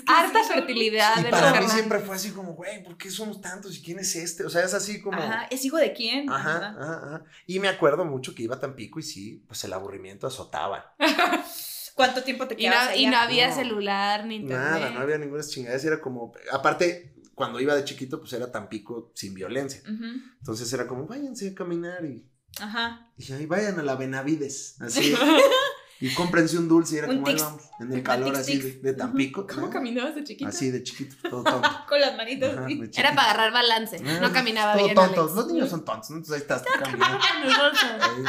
[SPEAKER 1] Harta fertilidad
[SPEAKER 3] Y
[SPEAKER 1] de
[SPEAKER 3] para
[SPEAKER 1] los
[SPEAKER 3] mí
[SPEAKER 1] hermanos.
[SPEAKER 3] siempre fue así como, güey, ¿por qué somos tantos y quién es este? O sea, es así como.
[SPEAKER 2] Ajá, ¿es hijo de quién?
[SPEAKER 3] Ajá,
[SPEAKER 2] Ajá.
[SPEAKER 3] ajá, ajá. Y me acuerdo mucho que iba a Tampico y sí, pues el aburrimiento azotaba.
[SPEAKER 2] ¿Cuánto tiempo te
[SPEAKER 1] Y no,
[SPEAKER 2] quedabas
[SPEAKER 1] y no
[SPEAKER 2] allá?
[SPEAKER 1] había
[SPEAKER 3] No.
[SPEAKER 1] celular ni internet.
[SPEAKER 3] Nada, no había ninguna chingada. Era como, aparte, cuando iba de chiquito, pues era Tampico sin violencia.
[SPEAKER 2] Ujú,
[SPEAKER 3] Entonces era como, váyanse a caminar y,
[SPEAKER 2] Ajá.
[SPEAKER 3] y ahí vayan a la Benavides. Así. y cómprense un dulce y era
[SPEAKER 2] Un
[SPEAKER 3] como, ahí
[SPEAKER 2] tix.
[SPEAKER 3] vamos, en el calor
[SPEAKER 2] tix,
[SPEAKER 3] así de,
[SPEAKER 2] tix.
[SPEAKER 3] de Tampico.
[SPEAKER 1] ¿Cómo
[SPEAKER 3] ¿no?
[SPEAKER 1] caminabas de chiquito?
[SPEAKER 3] Así de chiquito, todo tonto.
[SPEAKER 2] Con las manitas.
[SPEAKER 3] Ajá,
[SPEAKER 2] así.
[SPEAKER 3] de chiquito.
[SPEAKER 10] Era para agarrar balance.
[SPEAKER 3] Ah,
[SPEAKER 10] No caminaba
[SPEAKER 3] todo
[SPEAKER 10] bien.
[SPEAKER 3] tontos.
[SPEAKER 10] Alex.
[SPEAKER 3] Los niños son tontos, ¿no? Entonces ahí estás tú caminando.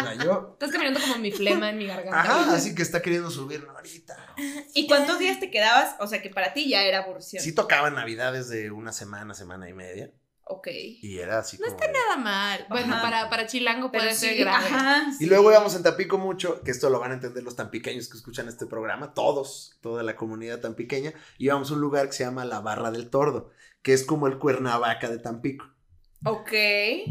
[SPEAKER 3] Ahí iba yo.
[SPEAKER 1] Estás caminando como mi flema en mi garganta.
[SPEAKER 3] Ajá, así que está queriendo subir ¿no? ahorita.
[SPEAKER 2] ¿Y cuántos días te quedabas? O sea, que para ti ya era aburrición.
[SPEAKER 3] Sí tocaba navidades de una semana, semana y media.
[SPEAKER 2] Ok.
[SPEAKER 3] Y era así como... de-
[SPEAKER 1] Nada mal. Bueno,
[SPEAKER 3] Ajá.
[SPEAKER 1] para, para Chilango
[SPEAKER 2] Pero
[SPEAKER 1] puede
[SPEAKER 2] sí,
[SPEAKER 1] ser grave.
[SPEAKER 2] Ajá,
[SPEAKER 3] Y luego íbamos en Tampico mucho, que esto lo van a entender los tampiqueños que escuchan este programa, todos, toda la comunidad tampiqueña. Íbamos a un lugar que se llama La Barra del Tordo, que es como el Cuernavaca de Tampico,
[SPEAKER 2] Ok.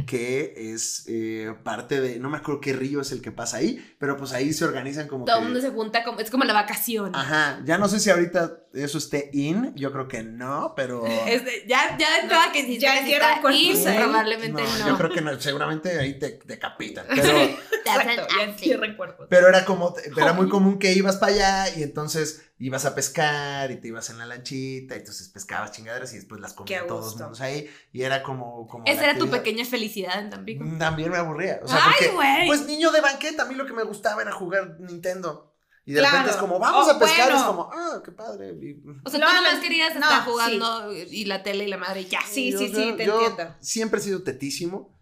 [SPEAKER 3] que es eh, parte de... No me acuerdo qué río es el que pasa ahí, pero pues ahí se organizan como...
[SPEAKER 1] Todo
[SPEAKER 3] que-
[SPEAKER 1] el mundo se junta, como, es como la vacación.
[SPEAKER 3] Ajá, ya no sé si ahorita eso esté in, yo creo que no, pero...
[SPEAKER 1] Es de- Este, ya, ya de entrada que si
[SPEAKER 2] Ya
[SPEAKER 1] que si
[SPEAKER 2] entierran
[SPEAKER 1] está
[SPEAKER 2] cuerpos
[SPEAKER 1] in,
[SPEAKER 2] ahí.
[SPEAKER 1] probablemente
[SPEAKER 3] No,
[SPEAKER 1] no.
[SPEAKER 3] Yo creo que no, seguramente ahí te decapitan. Pero,
[SPEAKER 2] Exacto, ya entierran cuerpos.
[SPEAKER 3] pero era como, era muy común que ibas para allá y entonces ibas a pescar y te ibas en la lanchita y entonces pescabas chingaderas y después las comían
[SPEAKER 2] Qué
[SPEAKER 3] todos
[SPEAKER 2] gusto.
[SPEAKER 3] mundos ahí y era como... como
[SPEAKER 1] Esa
[SPEAKER 3] la
[SPEAKER 1] era tu
[SPEAKER 3] actividad.
[SPEAKER 1] pequeña felicidad en Tampico.
[SPEAKER 3] También me aburría. O sea,
[SPEAKER 1] ¡Ay,
[SPEAKER 3] porque,
[SPEAKER 1] güey!
[SPEAKER 3] pues niño de banqueta, a mí lo que me gustaba era jugar Nintendo. Y de
[SPEAKER 2] Claro.
[SPEAKER 3] repente es como, vamos
[SPEAKER 2] Oh,
[SPEAKER 3] a pescar,
[SPEAKER 2] bueno.
[SPEAKER 3] es como, ah, qué padre. y-
[SPEAKER 1] o sea,
[SPEAKER 2] No,
[SPEAKER 1] tú nomás
[SPEAKER 2] no,
[SPEAKER 1] querías
[SPEAKER 2] no,
[SPEAKER 1] estar
[SPEAKER 2] sí.
[SPEAKER 1] jugando y la tele y la madre y ya.
[SPEAKER 2] Sí,
[SPEAKER 3] Yo-
[SPEAKER 2] sí, sí,
[SPEAKER 3] yo-
[SPEAKER 2] te
[SPEAKER 3] yo
[SPEAKER 2] entiendo.
[SPEAKER 3] Siempre he sido tetísimo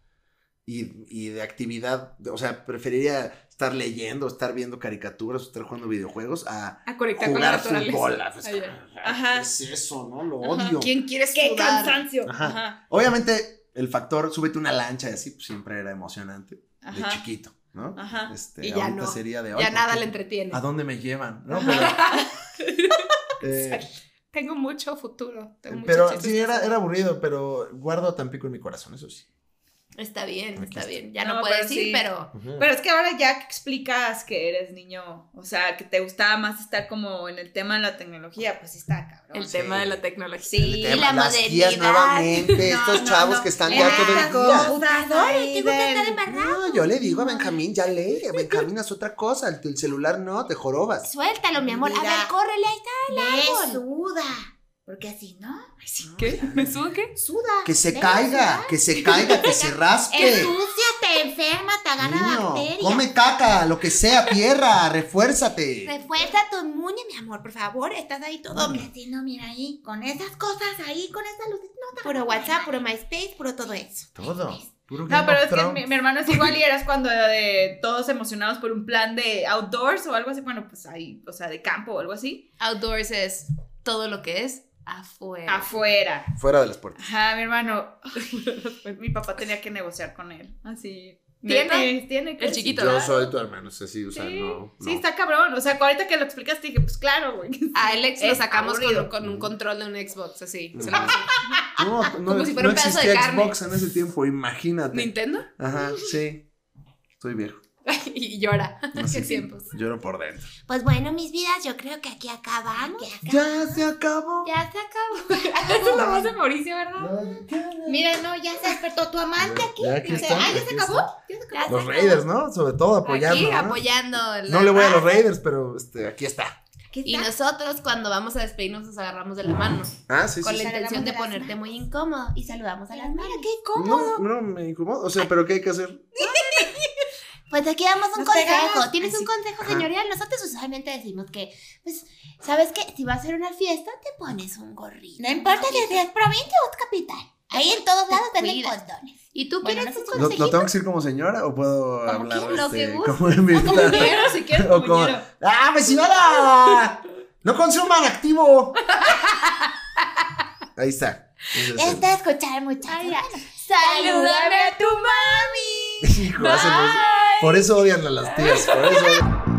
[SPEAKER 3] y, y de actividad, o sea, preferiría estar leyendo, estar viendo caricaturas, estar jugando videojuegos a
[SPEAKER 1] A conectar con la
[SPEAKER 3] jugar
[SPEAKER 1] naturaleza.
[SPEAKER 3] fútbol. a- pues,
[SPEAKER 1] Ay,
[SPEAKER 2] Ajá.
[SPEAKER 3] ¿Qué es eso, no? Lo
[SPEAKER 2] Ajá.
[SPEAKER 3] odio.
[SPEAKER 10] ¿Quién quieres
[SPEAKER 2] ¡Qué
[SPEAKER 10] sudar?
[SPEAKER 2] cansancio!
[SPEAKER 3] Ajá.
[SPEAKER 2] Ajá.
[SPEAKER 3] Obviamente, el factor súbete una lancha y así, pues siempre era emocionante de
[SPEAKER 2] Ajá.
[SPEAKER 3] chiquito, ¿no?
[SPEAKER 2] Ajá.
[SPEAKER 3] Este,
[SPEAKER 1] Y ya
[SPEAKER 3] ahorita
[SPEAKER 1] no.
[SPEAKER 3] sería de hoy.
[SPEAKER 1] Ya nada le entretiene.
[SPEAKER 3] ¿A dónde me llevan? ¿No? Pero- Eh,
[SPEAKER 1] Tengo mucho futuro. Tengo mucho
[SPEAKER 3] pero
[SPEAKER 1] chiste.
[SPEAKER 3] sí, era, era aburrido, pero guardo a Tampico en mi corazón, eso sí.
[SPEAKER 1] Está bien,
[SPEAKER 3] Aquí
[SPEAKER 1] está
[SPEAKER 3] está.
[SPEAKER 1] bien. Ya no,
[SPEAKER 2] No,
[SPEAKER 1] puedes
[SPEAKER 2] pero
[SPEAKER 1] ir,
[SPEAKER 2] sí.
[SPEAKER 1] pero.
[SPEAKER 3] Ujú.
[SPEAKER 2] Pero es que ahora ya que explicas que eres niño, o sea, que te gustaba más estar como en el tema de la tecnología, pues sí está cabrón.
[SPEAKER 1] El
[SPEAKER 3] Sí.
[SPEAKER 1] tema de la tecnología.
[SPEAKER 2] Sí,
[SPEAKER 3] El
[SPEAKER 10] la
[SPEAKER 3] tema, las guías
[SPEAKER 10] modernidad.
[SPEAKER 3] nuevamente,
[SPEAKER 2] No,
[SPEAKER 3] estos
[SPEAKER 2] no,
[SPEAKER 3] chavos
[SPEAKER 2] no.
[SPEAKER 3] que están
[SPEAKER 2] Era
[SPEAKER 3] ya todo el día.
[SPEAKER 2] computadora y
[SPEAKER 10] Tengo
[SPEAKER 2] del-
[SPEAKER 10] que estar embarazada.
[SPEAKER 3] No, yo le digo a Benjamín, ya lee, Benjamín es otra cosa, el, el celular no, te jorobas.
[SPEAKER 10] Suéltalo, mi amor. A
[SPEAKER 4] Mira.
[SPEAKER 10] ver, córrele ahí.
[SPEAKER 4] Ve, suda. Porque así no,
[SPEAKER 1] ¿Qué? ¿Me subo qué?
[SPEAKER 4] suda.
[SPEAKER 3] Que se
[SPEAKER 4] Ve,
[SPEAKER 3] caiga,
[SPEAKER 4] suda.
[SPEAKER 3] que se caiga, que se
[SPEAKER 1] Eh.
[SPEAKER 3] rasque.
[SPEAKER 4] Ensucia, te enferma, te agarra
[SPEAKER 3] Niño,
[SPEAKER 4] bacterias.
[SPEAKER 3] come caca, lo que sea, tierra, refuérzate.
[SPEAKER 4] Refuerza tu inmune, mi amor, por favor. Estás ahí todo. Porque así no, mira ahí. Con esas cosas ahí, con esa luz. No te
[SPEAKER 10] Puro WhatsApp, puro MySpace, puro todo eso.
[SPEAKER 3] Todo. Puro
[SPEAKER 2] No,
[SPEAKER 3] Game
[SPEAKER 2] pero
[SPEAKER 3] of
[SPEAKER 2] es que
[SPEAKER 3] Thrones.
[SPEAKER 2] mi, mi hermano es igual y eras cuando de todos emocionados por un plan de outdoors o algo así, bueno, pues ahí, o sea, de campo o algo así,
[SPEAKER 1] Outdoors es todo lo que es afuera.
[SPEAKER 2] Ah. afuera.
[SPEAKER 3] Fuera de las puertas.
[SPEAKER 2] Ajá, mi hermano, pues mi papá tenía que negociar con él, así.
[SPEAKER 1] ¿Tiene?
[SPEAKER 2] Tiene, tiene que-
[SPEAKER 1] El chiquito.
[SPEAKER 2] claro.
[SPEAKER 3] soy tu hermano, es así, o
[SPEAKER 2] Sí, sí, está cabrón. O sea, ahorita que lo explicaste dije, pues claro, güey.
[SPEAKER 1] A Alex lo
[SPEAKER 2] Es
[SPEAKER 1] sacamos con,
[SPEAKER 2] aburrido.
[SPEAKER 1] con un control de un Xbox, así.
[SPEAKER 3] No, no, no,
[SPEAKER 1] Como si fuera un
[SPEAKER 3] no
[SPEAKER 1] pedazo de
[SPEAKER 3] existía
[SPEAKER 1] carne.
[SPEAKER 3] Xbox en ese tiempo, imagínate.
[SPEAKER 1] ¿Nintendo?
[SPEAKER 3] Ajá, sí. Estoy viejo.
[SPEAKER 1] y llora.
[SPEAKER 3] Así
[SPEAKER 1] ¿Qué
[SPEAKER 3] que
[SPEAKER 1] tiempos?
[SPEAKER 3] Lloro por dentro.
[SPEAKER 4] Pues bueno, mis vidas, yo creo que aquí acabamos.
[SPEAKER 3] Ya se acabó.
[SPEAKER 4] Ya se acabó.
[SPEAKER 1] Esa es la voz de Mauricio, ¿verdad?
[SPEAKER 4] Mira, no, ya se despertó tu amante aquí.
[SPEAKER 3] Ya, aquí
[SPEAKER 4] O sea,
[SPEAKER 3] están,
[SPEAKER 4] ah, ya
[SPEAKER 3] aquí
[SPEAKER 4] se acabó.
[SPEAKER 3] están.
[SPEAKER 4] Ya se acabó.
[SPEAKER 1] Ya se
[SPEAKER 3] Los
[SPEAKER 1] acabó.
[SPEAKER 3] Raiders, ¿no? Sobre todo apoyando.
[SPEAKER 1] Aquí
[SPEAKER 3] ¿no?
[SPEAKER 1] apoyando. la-
[SPEAKER 3] No le voy a los Raiders, pero este, aquí está.
[SPEAKER 1] Y nosotros cuando vamos a despedirnos nos agarramos de la mano
[SPEAKER 3] Ah, sí,
[SPEAKER 1] con
[SPEAKER 3] sí.
[SPEAKER 1] la
[SPEAKER 3] sí.
[SPEAKER 1] intención de
[SPEAKER 4] de las
[SPEAKER 1] ponerte muy incómodo.
[SPEAKER 10] Incómodo. Y saludamos a las manos.
[SPEAKER 4] Mira, qué
[SPEAKER 3] No, no me incomodo. O sea, pero ¿qué hay que hacer?
[SPEAKER 4] Pues aquí damos un
[SPEAKER 2] Nos
[SPEAKER 4] consejo.
[SPEAKER 2] pegamos.
[SPEAKER 4] ¿Tienes
[SPEAKER 2] Ay, sí.
[SPEAKER 4] un consejo,
[SPEAKER 3] Ajá.
[SPEAKER 4] señorial? Nosotros usualmente decimos que, pues, ¿sabes qué? Si vas a hacer una fiesta, te pones un gorrito.
[SPEAKER 1] No importa
[SPEAKER 4] que seas provincia o capital. Ahí en todos lados venden
[SPEAKER 1] cuidas.
[SPEAKER 4] condones.
[SPEAKER 1] ¿Y tú
[SPEAKER 2] Bueno,
[SPEAKER 1] quieres un
[SPEAKER 3] ¿Lo,
[SPEAKER 1] consejito?
[SPEAKER 3] lo tengo que decir como señora o puedo hablar
[SPEAKER 1] quieras, lo que
[SPEAKER 3] este,
[SPEAKER 1] gustes.
[SPEAKER 3] como en mi
[SPEAKER 2] Como quiero, si quieres,
[SPEAKER 3] O
[SPEAKER 2] como
[SPEAKER 3] como-
[SPEAKER 2] quiero.
[SPEAKER 3] ¡Ah, mi señora! ¡No consuman activo! Ahí está. Ese es el-
[SPEAKER 4] Esto es escuchar, muchachos.
[SPEAKER 1] ¡Salúdame a tu
[SPEAKER 3] Hijo, hacen eso. Por eso odian a las tías. Por eso.